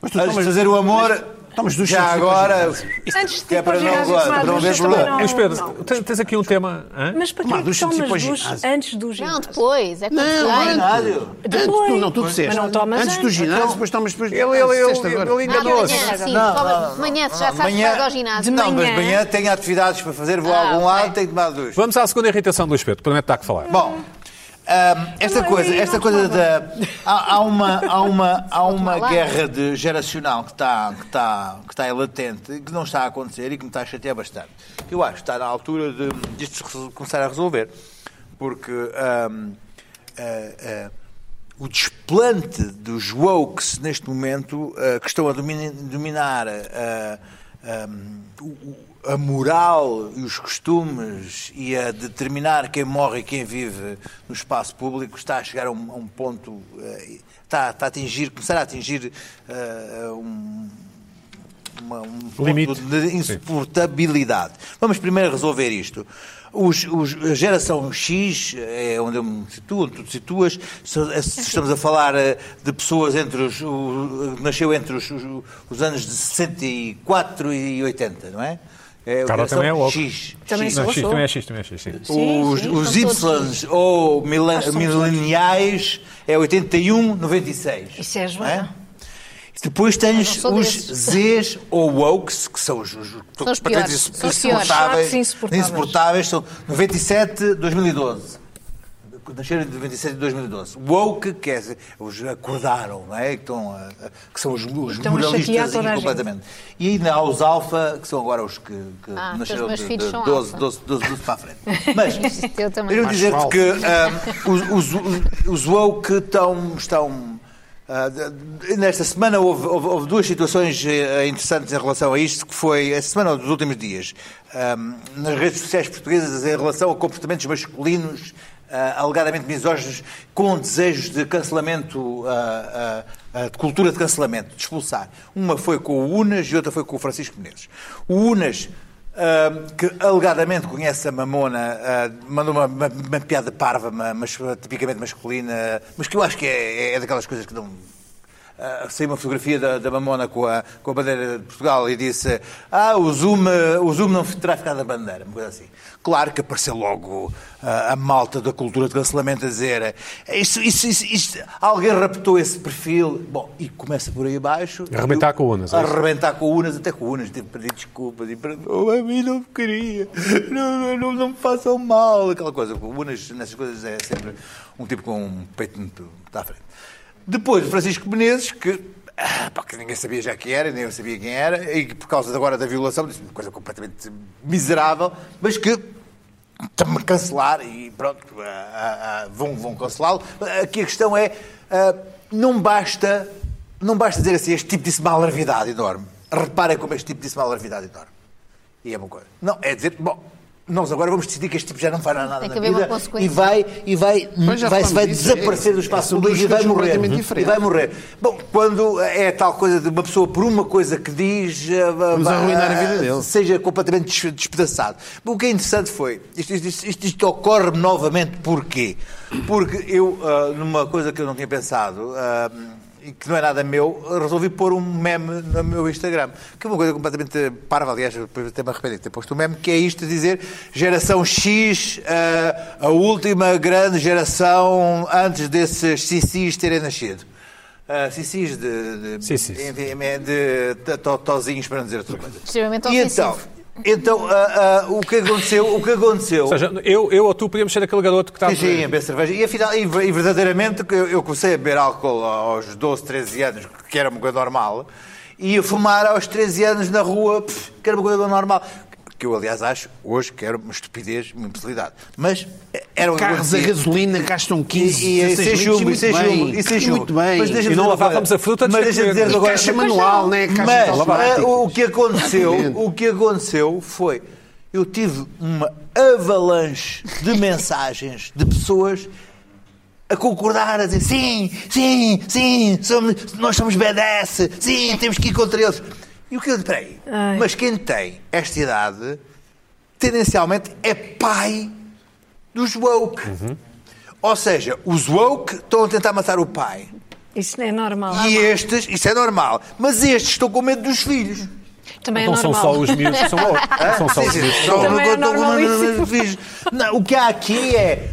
S2: Mas tu
S4: Antes de
S2: tomas-
S4: fazer o amor,
S2: tomas duche
S4: já
S2: antes de ir
S4: agora.
S3: Antes de
S4: que é
S3: ir para
S4: para
S3: o
S4: não,
S3: ginásio,
S4: para
S3: tomar
S4: não haver
S3: duchas também
S4: problema.
S3: não.
S1: Luís
S3: não.
S1: Pedro, tens, tens aqui um tema. hã?
S3: Mas para que
S2: Tomar
S3: é que
S2: ducha antes de ir para o
S3: tomas duches
S2: ginásio.
S3: antes do ginásio?
S5: Não, depois. É quando
S2: Não,
S5: vem.
S2: antes.
S4: Ginásio.
S2: Antes, tu, não, tu disseste.
S3: Mas não tomas
S2: antes do
S3: antes.
S2: ginásio, depois tomas depois.
S1: Ele, ele, ele,
S2: disseste agora.
S1: ele
S5: Ah, de
S1: enganou-se.
S5: manhã, sim.
S4: Não,
S5: toma-
S4: não, não,
S5: de manhã,
S4: não, não,
S5: já sabes que
S4: manhã-
S5: vais ao ginásio.
S4: Não, mas de
S3: manhã-
S4: manhã tenho atividades para fazer, vou a
S5: Ah,
S4: algum
S5: ok.
S4: lado, tenho que tomar ducho.
S1: Vamos à segunda irritação do Luís Pedro, prometo dar que falar.
S4: Bom, ah, esta
S3: Não,
S4: coisa,
S3: aí
S4: esta
S3: não
S4: coisa
S3: estava.
S4: da. Há, há uma, há uma, há uma
S5: lá.
S4: guerra de geracional que está, que, está, que está aí latente, que não está a acontecer e que me está a chatear bastante. Eu acho que está na altura de, disto se resol- começar a resolver. Porque. ahm, ah, ah, o desplante dos wokes neste momento ah, que estão a domini- dominar ah, ahm, o- o- a moral e os costumes e a determinar quem morre e quem vive no espaço público está a chegar a um, a um ponto ah, está, está a atingir começar a atingir ah, um uma- um ponto
S1: Limite.
S4: de insuportabilidade. Vamos primeiro resolver isto. Os- os- a geração X, é onde eu me situo, onde tu te situas, se- se estamos a falar eh, de pessoas entre os, o- nasceu entre os, os- os anos de 64 e 80, não é? é
S1: Carla
S4: a geração
S1: também é louco.
S4: X.
S3: Também
S4: X.
S1: Não,
S3: Sou,
S1: X,
S3: sou.
S1: também é X, também é X. Sim.
S3: Sim,
S4: os
S3: sim,
S4: os
S5: são todos
S4: Y ou milen-
S3: Acho que são
S4: mileniais é 81, 96.
S3: Isso é
S4: não
S3: Joana.
S4: Depois tens
S5: Eu não sou
S4: os
S5: desses.
S4: Zs ou Wokes, que são os, os,
S5: São os
S4: completamente
S5: piores.
S4: insu-
S5: São os piores.
S3: Chatos e insuportáveis.
S4: insuportáveis, São 97, 2012. Nasceram de 97 e 2012. Woke, que é, os acordaram, não é? Que, estão, a- a- que são os, os
S3: Estão a chatear
S4: moralistas
S3: toda a gente.
S4: completamente. E ainda há os alfa, que são agora os que, que
S5: Ah,
S4: nasceram
S5: os meus
S4: de, de
S5: filhos
S4: 12,
S5: são
S4: 12,
S5: alfa.
S4: 12, 12 para a frente. Mas,
S5: Eu também.
S4: eu
S5: Acho
S4: dizer-te
S2: mal.
S4: que ah, os, os, os woke estão. estão ah, de- de- nesta semana houve, houve- houve duas situações eh, interessantes em relação a isto, que foi a semana dos últimos dias, ah, nas redes sociais portuguesas em relação a comportamentos masculinos ah, alegadamente misóginos com desejos de cancelamento, ah, ah, ah, de cultura de cancelamento, de expulsar. Uma foi com o Unas e outra foi com o Francisco Menezes. O Unas Ahm, que alegadamente conhece a Mamona, ah, mandou uma, uma- uma ah, piada parva, ma- mas tipicamente masculina, mas é que eu acho que é, é daquelas coisas que não. ah, saiu uma fotografia da, da Mamona com a, com a bandeira de Portugal e disse ah, o Zoom, ah, o zoom não terá ficado a bandeira, uma coisa assim. Claro que apareceu logo ah, a malta da cultura de cancelamento a dizer isso, isso, isso, isto- alguém raptou esse perfil. Bom, e começa por aí abaixo.
S1: Arrebentar com o Unas, é isso?
S4: Arrebentar com o Unas, até com o Unas, teve que pedir desculpas e perdoa, a mim não me queria, não, não, não me façam mal, aquela coisa. O Unas, nessas coisas, é sempre um tipo com um peito muito à frente. Depois, o Francisco Menezes, que, ah, pá, que ninguém sabia já quem era, nem eu sabia quem era, e que por causa de agora da violação, disse uma coisa completamente miserável, mas que está-me a Então, cancelar e pronto, ah, ah, ah, vão, vão cancelá-lo. Aqui a questão é, ah, não basta não basta dizer assim, este tipo disse malgravidade enorme. Reparem como este tipo disse malgravidade enorme. E é uma coisa. Não, é dizer, bom, nós agora vamos decidir que este tipo já não faz nada
S5: Tem que
S4: na
S5: haver uma
S4: vida e
S5: consequência.
S4: vai, e vai,
S2: Mas já
S4: vai,
S2: falamos
S4: vai
S2: disso,
S4: desaparecer
S2: é-
S4: do espaço
S2: são duas
S4: público e vai
S2: coisas
S4: morrer.
S2: completamente
S4: E
S2: diferentes.
S4: vai morrer. Bom, quando é tal coisa de uma pessoa por uma coisa que diz... ah, Vamos
S2: arruinar a vida dele.
S4: seja completamente des- despedaçado. O que é interessante foi, isto, isto- isto- isto- isto ocorre-me novamente porquê? Porque eu, ah, numa coisa que eu não tinha pensado, ah, e que não é nada meu, resolvi pôr um meme no meu Instagram, que é uma coisa completamente parva, aliás, depois até me arrependi de ter posto um meme, que é isto a dizer geração X, ah, a última grande geração antes desses CCs terem nascido. Ah, CCs de, de,
S1: CCs.
S4: enfim, é de, to- to- tozinhos para não dizer outra coisa.
S5: Extremamente
S4: E então,
S5: ofensivo.
S4: então ah, ah, o que aconteceu? O que aconteceu?
S1: Ou seja, eu, eu ou tu podíamos ser aquele garoto que está.
S4: Sim, sim, a beber cerveja. E afinal, e, ver- e verdadeiramente, que eu, eu comecei a beber álcool aos 12, 13 anos, que era uma coisa normal, e a fumar aos 13 anos na rua, pff, que era uma coisa normal. Que eu, aliás, acho hoje que era uma estupidez, uma imbecilidade. Mas eh, era o que
S2: Carros a
S4: acontecia.
S2: gasolina gastam 15,
S4: E, e, isso é
S2: 16
S4: jumbo,
S2: litros,
S4: isso é
S2: muito bem.
S4: jumbo, isso é jumbo.
S2: Muito bem.
S4: Mas deixa-me
S1: E não
S4: dizer uma
S1: lavávamos
S4: coisa.
S1: a fruta antes
S4: Mas
S1: de
S4: deixa-me
S1: comer.
S4: dizer
S1: E
S4: agora...
S2: Caixa manual, não é? Caixa
S4: Mas
S2: automática.
S4: ah, o que aconteceu,
S2: Exatamente.
S4: o que aconteceu foi eu tive uma avalanche de mensagens de pessoas a concordar, a dizer sim, sim, sim, somos- nós somos BDS, sim, temos que ir contra eles. E o que eu disse, peraí,
S3: Ai.
S4: mas quem tem esta idade tendencialmente é pai dos woke. Ou seja, os woke estão a tentar matar o pai.
S3: Isso é normal.
S4: E estes, isso é normal, mas estes estão com medo dos filhos.
S3: Também é
S1: Não são
S3: normal.
S1: só os miúdos, são outros. Não são só
S4: Ah, Sim,
S1: os
S4: sim,
S1: miúdos.
S4: estão-
S3: Também é
S4: estão com medo dos
S3: normalíssimo.
S4: filhos. Não, o que há aqui é.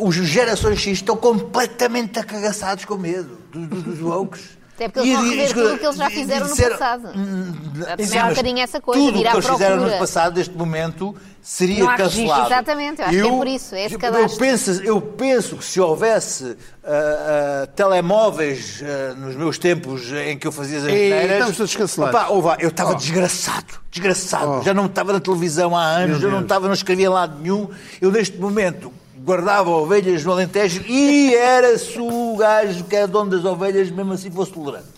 S4: Os gerações X estão completamente acagaçados com medo dos, dos, dos woke.
S5: Até porque eles vão rever tudo o que eles já fizeram no passado.
S4: Hum,
S5: Já também há um bocadinho essa coisa
S4: tudo
S5: de ir à
S4: o que eles fizeram no
S5: procura.
S4: passado, neste momento, seria
S3: Não há registro.
S4: cancelado.
S5: Exatamente, eu acho que é por isso, é esse
S4: eu,
S5: cadastro.
S4: penso, eu penso que se houvesse ah, ah, telemóveis ah, nos meus tempos em que eu fazia
S1: então
S4: as
S2: Ei,
S4: asneiras...
S2: estamos todos cancelados.
S4: Opa, ouve lá, eu
S1: Oh.
S4: estava desgraçado, desgraçado. Já não estava na televisão há anos, já não estava, não escrevia em lado nenhum. Eu, neste momento... Guardava ovelhas no Alentejo e era-se o gajo que era dono das ovelhas, mesmo assim fosse tolerante.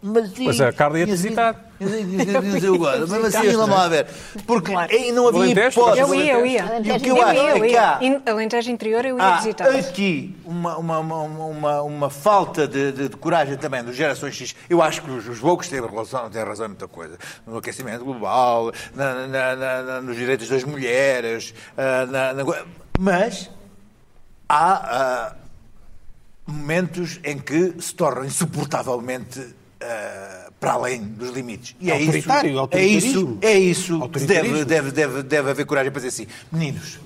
S4: Mas,
S1: Pois é, a Carla ia-te
S4: tinha sido-
S1: visitar.
S4: eu sei que eu sei que eu gosto, mas assim, vamos lá ver. Porque aí não havia
S1: Alentejo,
S4: hipótese.
S3: Eu ia, eu ia.
S4: E o que eu
S5: Eu
S3: Eu
S4: acho
S3: ia, eu
S4: é que
S3: ia.
S4: há,
S3: In- Alentejo interior eu ia
S4: há
S3: visitar.
S4: aqui uma, uma, uma, uma, uma falta de, de- de coragem também dos gerações X. Eu acho que os, os woke têm razão, têm razão em muita coisa. No aquecimento global, na- na- na- na- nos direitos das mulheres, ah, na- na co- mas há ah, momentos em que se tornam insuportavelmente ah, para além dos limites. E é isso,
S2: Autoritário,
S4: é isso,
S2: autoritarismo.
S4: é isso que
S2: Autoritarismo.
S4: deve, deve, deve, deve haver coragem para dizer assim, meninos,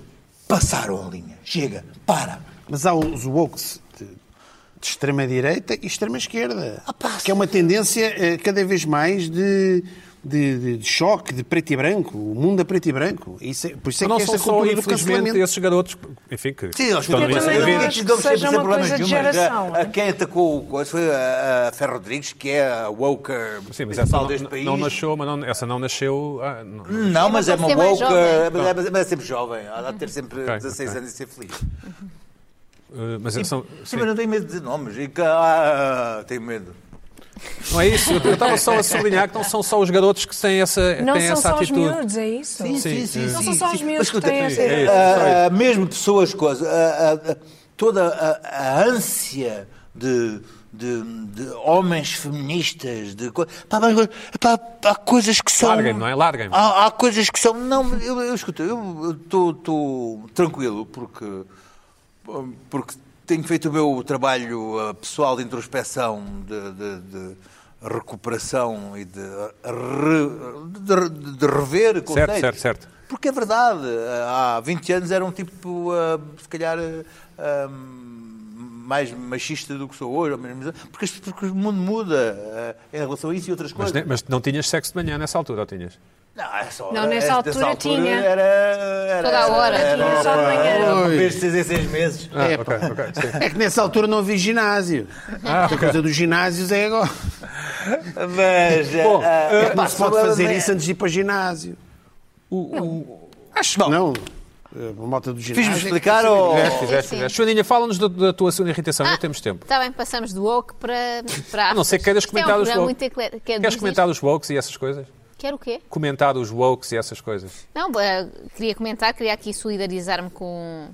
S4: passaram a linha, chega, para.
S2: Mas há os wokes de, de extrema-direita e extrema-esquerda. que é uma tendência eh, cada vez mais de, de- de- de choque, de preto e branco. O mundo é preto e branco. Isso é- por isso é
S1: Mas não
S2: que
S1: são
S2: esta
S1: só,
S2: cultura do
S1: infelizmente,
S2: cancelamento...
S1: esses garotos enfim, que
S4: Sim, eles
S1: estão
S3: Eu
S1: no início da
S3: também não
S1: vida.
S3: acho que seja uma coisa de geração.
S4: A, quem atacou o coisa foi a, a Ferro Rodrigues, que é a Woker
S1: Sim, mas essa
S4: principal
S1: não,
S4: deste país.
S1: não nasceu, mas não, essa não nasceu. ah, não-
S4: Não, mas é
S5: Ela
S4: uma
S5: deve ser mais
S4: woke,
S5: jovem.
S4: mas é, mas é- mas é sempre jovem, há de ter sempre
S1: Ok,
S4: 16
S1: ok.
S4: anos e ser feliz.
S1: eh, mas são-
S4: Sim,
S1: sim.
S4: mas não tenho medo de dizer nomes, e que, ah, tenho medo.
S1: não é isso. Eu estava só a sublinhar que não são só os garotos que têm essa,
S3: Não
S1: têm
S3: são
S1: essa
S3: só os
S1: atitude.
S3: miúdos, é isso?
S1: Sim, sim,
S3: Não são só os miúdos que
S4: escuta,
S3: têm essa
S1: é
S3: ideia.
S1: isso.
S4: Ah, ah, mesmo pessoas, coisa, ah, ah, ah, toda a, a ânsia de, de, de homens feministas, de co- pá, mas, pá, há coisas que são.
S1: Larguem-me, não é? Larguem-me.
S4: Há, há coisas que são. Não, eu, eu escuta, eu estou tranquilo porque porque tenho feito o meu trabalho eh, pessoal de introspeção, de, de- de recuperação e de, re- de- de rever conceitos.
S1: certo, certo.
S4: Porque é verdade, há 20 anos era um tipo, ah, se calhar, ah, mais machista do que sou hoje, ou mesmo- porque, as- porque o mundo muda ah, em relação a isso e outras
S1: Mas,
S4: coisas.
S1: ne- mas não tinhas sexo de manhã nessa altura, ou tinhas?
S4: Não, é só,
S3: Não, nessa
S4: é-
S3: altura tinha.
S4: Era, era,
S5: Toda a hora.
S3: Tinha só de manhã.
S4: Uma vez de seis em seis meses.
S1: Ah, ok, ok. Sim.
S2: É que nessa altura não havia ginásio. a coisa dos ginásios é agora.
S4: Mas.
S1: Bom,
S4: ah,
S2: É que não
S4: pá,
S2: se pode
S4: sobre-
S2: fazer isso antes de ir para o ginásio.
S4: Acho que
S2: Não. É, Uma moto do ginásio.
S4: Fiz-me
S2: é que
S4: explicar
S2: se-
S4: ou.
S1: Tiveste, tiveste,
S5: Sim, sim.
S1: tiveste. Eh, Joaninha, fala-nos da, da tua segunda irritação,
S5: Ah,
S1: não temos tempo.
S5: Está bem, passamos do woke para, para
S1: A não ser que queiras
S5: Isto é um
S1: comentar os
S5: programa
S1: woke.
S5: muito eclético. Quer
S1: Queres
S5: dizer
S1: comentar os wokes e essas coisas?
S5: isto? Quer o quê?
S1: Comentar os wokes e essas coisas.
S5: Não, eh, queria comentar, queria aqui solidarizar-me com,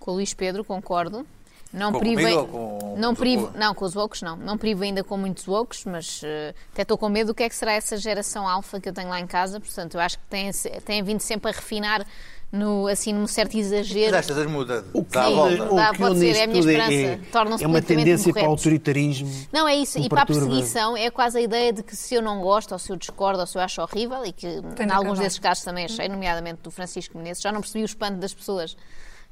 S5: com o Luís Pedro, concordo. Não
S4: Com-
S5: privo,
S4: comigo ou com-
S5: não,
S4: com
S5: privo
S4: Zucco?
S5: não, com os woke não. Não privo ainda com muitos woke, mas eh, até estou com medo do que é que será essa geração alfa que eu tenho lá em casa. Portanto, eu acho que têm, se- têm vindo sempre a refinar no, assim, num certo exagero.
S4: Estas as mudas.
S2: O que,
S4: Dá a
S5: Sim,
S4: volta.
S2: o
S5: dá,
S2: que
S5: pode
S2: eu
S5: ser,
S2: nisto
S5: é a minha
S2: tudo
S5: esperança. Tornam-se
S2: é uma
S5: politicamente
S2: tendência para o
S5: corretos.
S2: autoritarismo.
S5: Não, é isso.
S2: Me
S5: E para a
S2: perturba.
S5: perseguição é quase a ideia de que se eu não gosto, ou se eu discordo, ou se eu acho horrível, e que
S3: de
S5: em alguns
S3: acabar.
S5: desses casos também achei, nomeadamente do Francisco Menezes, já não percebi o espanto das pessoas.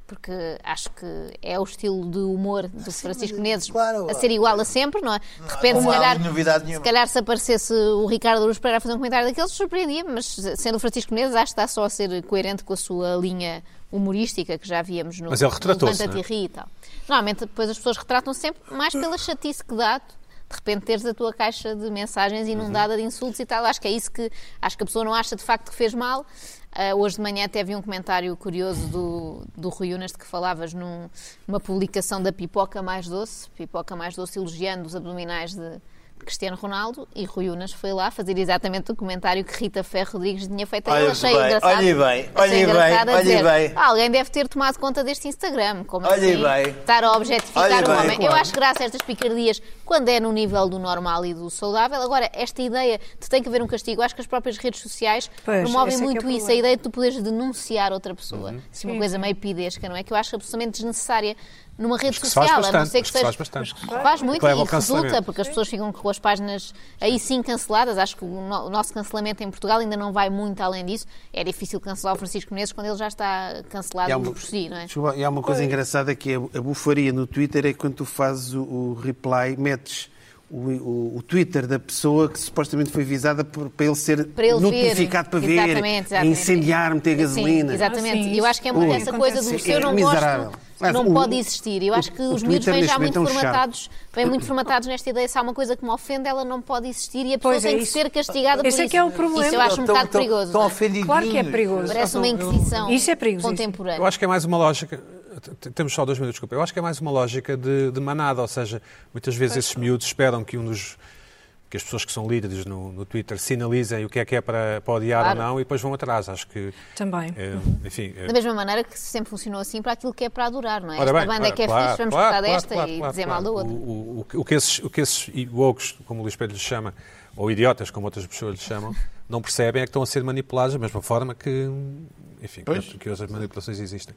S5: Porque acho que é o estilo de humor do Francisco Menezes
S4: claro.
S5: a ser igual a sempre, não é? De repente, se
S4: não há
S5: calhar,
S4: novidade
S5: se
S4: nenhuma.
S5: calhar se aparecesse o Ricardo Aruz para a fazer um comentário daqueles, surpreendia-me, mas sendo o Francisco Menezes, acho que está só a ser coerente com a sua linha humorística que já víamos no,
S1: Mas ele
S5: no
S1: retratou-se,
S5: Levanta-te
S1: não é?
S5: e ri e tal. Normalmente depois as pessoas retratam sempre mais pela chatice que dá de repente teres a tua caixa de mensagens inundada de insultos e tal. Acho que é isso que acho que a pessoa não acha de facto que fez mal. Ah, hoje de manhã até vi um comentário curioso do, do Rui Unas de que falavas num- numa publicação da Pipoca Mais Doce, Pipoca Mais Doce elogiando os abdominais de Cristiano Ronaldo e Rui Unas foi lá fazer exatamente o comentário que Rita Ferro Rodrigues tinha feito.
S4: Olha
S5: Eu achei
S4: bem,
S5: engraçado.
S4: olha bem,
S5: achei
S4: olha
S5: engraçado
S4: bem,
S5: a
S4: olha
S5: dizer,
S4: bem.
S5: "Ah, Alguém deve ter tomado conta deste Instagram, como
S4: Olha
S5: assim
S4: bem.
S5: estar a objetificar
S4: Olha
S5: o
S4: bem,
S5: homem.
S4: claro.
S5: Eu acho graça a estas picardias quando é no nível do normal e do saudável. Agora, esta ideia de tem que haver um castigo, acho que as próprias redes sociais
S3: Pois,
S5: promovem
S3: esse é que é
S5: muito
S3: o
S5: isso, a
S3: problema.
S5: ideia de tu poderes denunciar outra pessoa.
S1: Uhum.
S5: Isso é uma coisa meio pidesca, não é? Que eu acho absolutamente desnecessária numa rede
S1: que se
S5: social,
S1: faz
S5: a não
S1: bastante,
S5: ser que,
S1: mas que se
S5: seja-
S1: faz bastante.
S5: Faz muito
S1: Leva
S5: e
S1: ao cancelamento.
S5: resulta, porque as pessoas ficam com as páginas aí sim canceladas. Acho que o no- o nosso cancelamento em Portugal ainda não vai muito além disso. É difícil cancelar o Francisco Menezes quando ele já está cancelado
S2: E há uma-
S5: por si, não é?
S2: Desculpa, e há uma coisa engraçada que é a bufaria no Twitter é quando tu fazes o, o reply, metes o, o- o Twitter da pessoa que supostamente foi avisada por, para ele ser
S5: para ele
S2: notificado
S5: ver.
S2: para ver,
S5: Exatamente,
S2: a
S5: exatamente.
S2: incendiar, meter
S5: Sim,
S2: gasolina.
S5: exatamente.
S3: Ah, sim,
S5: eu acho que é
S3: isso
S5: muito
S3: ui.
S5: essa coisa do
S3: Acontece.
S5: se eu
S2: É
S5: não
S2: miserável.
S5: gosto,
S2: Mas
S5: não
S2: o-
S5: pode existir. Eu acho que
S2: o
S5: os miúdos
S2: Twitter
S5: vêm
S2: neste
S5: já
S2: momento
S5: muito
S2: é um
S5: formatados, vêm muito formatados nesta ideia. Se há uma coisa que me ofende, ela não pode existir e a pessoa
S3: Pois é
S5: tem que
S3: isso.
S5: ser castigada
S3: Esse
S5: por
S3: é
S5: isso.
S3: que é o problema.
S5: Isso eu acho
S4: Tão-
S5: um bocado
S4: tão-
S5: perigoso.
S4: Tão
S5: não é?
S4: ofendidinhos.
S3: Claro que é perigoso.
S5: Parece uma inquisição
S3: Isso é perigosíssimo.
S1: Eu
S5: contemporânea.
S1: acho que é mais uma lógica. t- t- Temos só dois minutos, desculpa. Eu acho que é mais uma lógica de, de manada, ou seja, muitas vezes esses miúdos esperam que um dos. que as pessoas que são líderes no, no Twitter sinalizem o que é que é para, para odiar
S5: Claro.
S1: ou não e depois vão atrás. Acho que.
S3: Também.
S1: eh, enfim. eh,
S5: Da mesma maneira que sempre funcionou assim para aquilo que é para adorar, não é?
S1: Ora
S5: esta
S1: bem,
S5: banda
S1: ora,
S5: é que é
S1: claro,
S5: fixe, vamos
S1: claro,
S5: tratar
S1: claro,
S5: desta
S1: claro,
S5: e
S1: claro,
S5: dizer
S1: claro.
S5: mal da outra.
S1: O, o- o que esses, o que esses wokes, como o Luís Pedro lhes chama, ou idiotas, como outras pessoas lhes chamam, não percebem é que estão a ser manipulados da mesma forma que, enfim, que, que outras manipulações existem.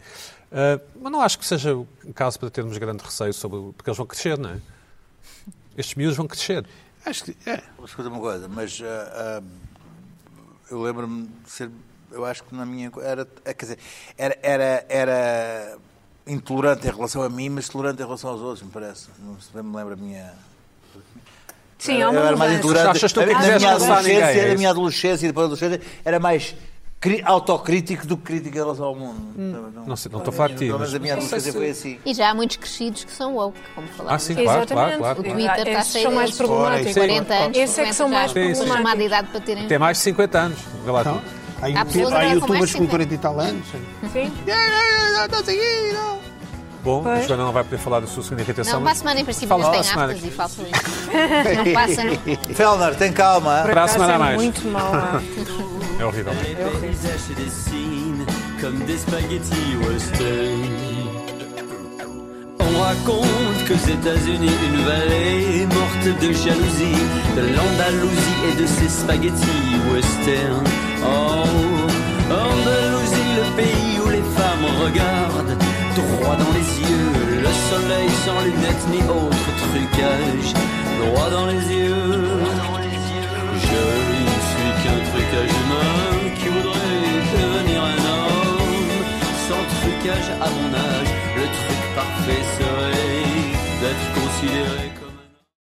S1: Ah, mas não acho que seja o caso para termos grande receio sobre. o- porque eles vão crescer, não é? Estes miúdos vão crescer.
S2: Acho que é.
S4: Escuta uma coisa, mas ah, ah, eu lembro-me de ser. Eu acho que na minha. co- Era, é, quer dizer, era, era, era intolerante em relação a mim, mas tolerante em relação aos outros, me parece. Não se bem me lembro a minha.
S3: Sim,
S1: Ah,
S3: há uma
S4: eu era mais
S3: mudança.
S4: intolerante.
S1: é Achas tu que
S4: na
S1: quiseres
S4: minha
S1: lançar
S4: adolescência,
S1: ninguém, é
S4: na
S1: isso?
S4: minha adolescência e depois da adolescência, era mais cri- autocrítico do que crítico em relação ao mundo.
S1: Hum. não sei, não estou a falar de ti,
S4: é Pelo
S1: mas-
S4: menos a minha
S1: mas não sei
S4: adolescência
S1: se-
S4: foi assim.
S5: E já há muitos crescidos que são woke, como
S1: Ah,
S5: falámos.
S1: sim, claro, claro,
S3: Exatamente. tá
S1: claro.
S5: O
S1: claro.
S5: Twitter está
S3: Esses
S5: cheio
S3: são mais
S5: deles.
S3: problemáticos.
S5: 40 anos,
S3: Esses é que são
S5: 50
S3: mais
S5: já, com
S1: problemáticos.
S5: chamada idade para terem.
S1: Até mais de 50 anos. Vê lá tu.
S2: Há,
S5: Há
S2: YouTube-
S5: pessoas
S2: há
S5: agora com
S2: youtubers
S5: mais
S2: com
S1: é
S5: de
S2: 40 e tal anos.
S3: Sim.
S1: Bom, a
S3: Pois.
S1: Joana não vai poder falar da sua segunda irritação.
S5: Não, é para a
S1: mas
S5: semana em princípio
S1: Fala
S5: eles têm
S1: para a semana.
S5: aftas e faltam isso. Não passa, não.
S4: Fellner, assim. tem calma.
S1: Para a semana a mais.
S3: Tá muito mal. há.
S1: É horrível.
S6: les dessine comme des spaghettis western. On raconte que aux États-Unis, une vallée est morte de jalousie, de l'Andalousie et de ses spaghettis western. Oh, Andalousie, le pays où les femmes regardent droit dans les yeux lunettes ni autre trucage. Droit dans les yeux, je ne suis qu'un trucage humain qui voudrait devenir un homme. Sans trucage à mon âge, le truc parfait serait d'être considéré comme.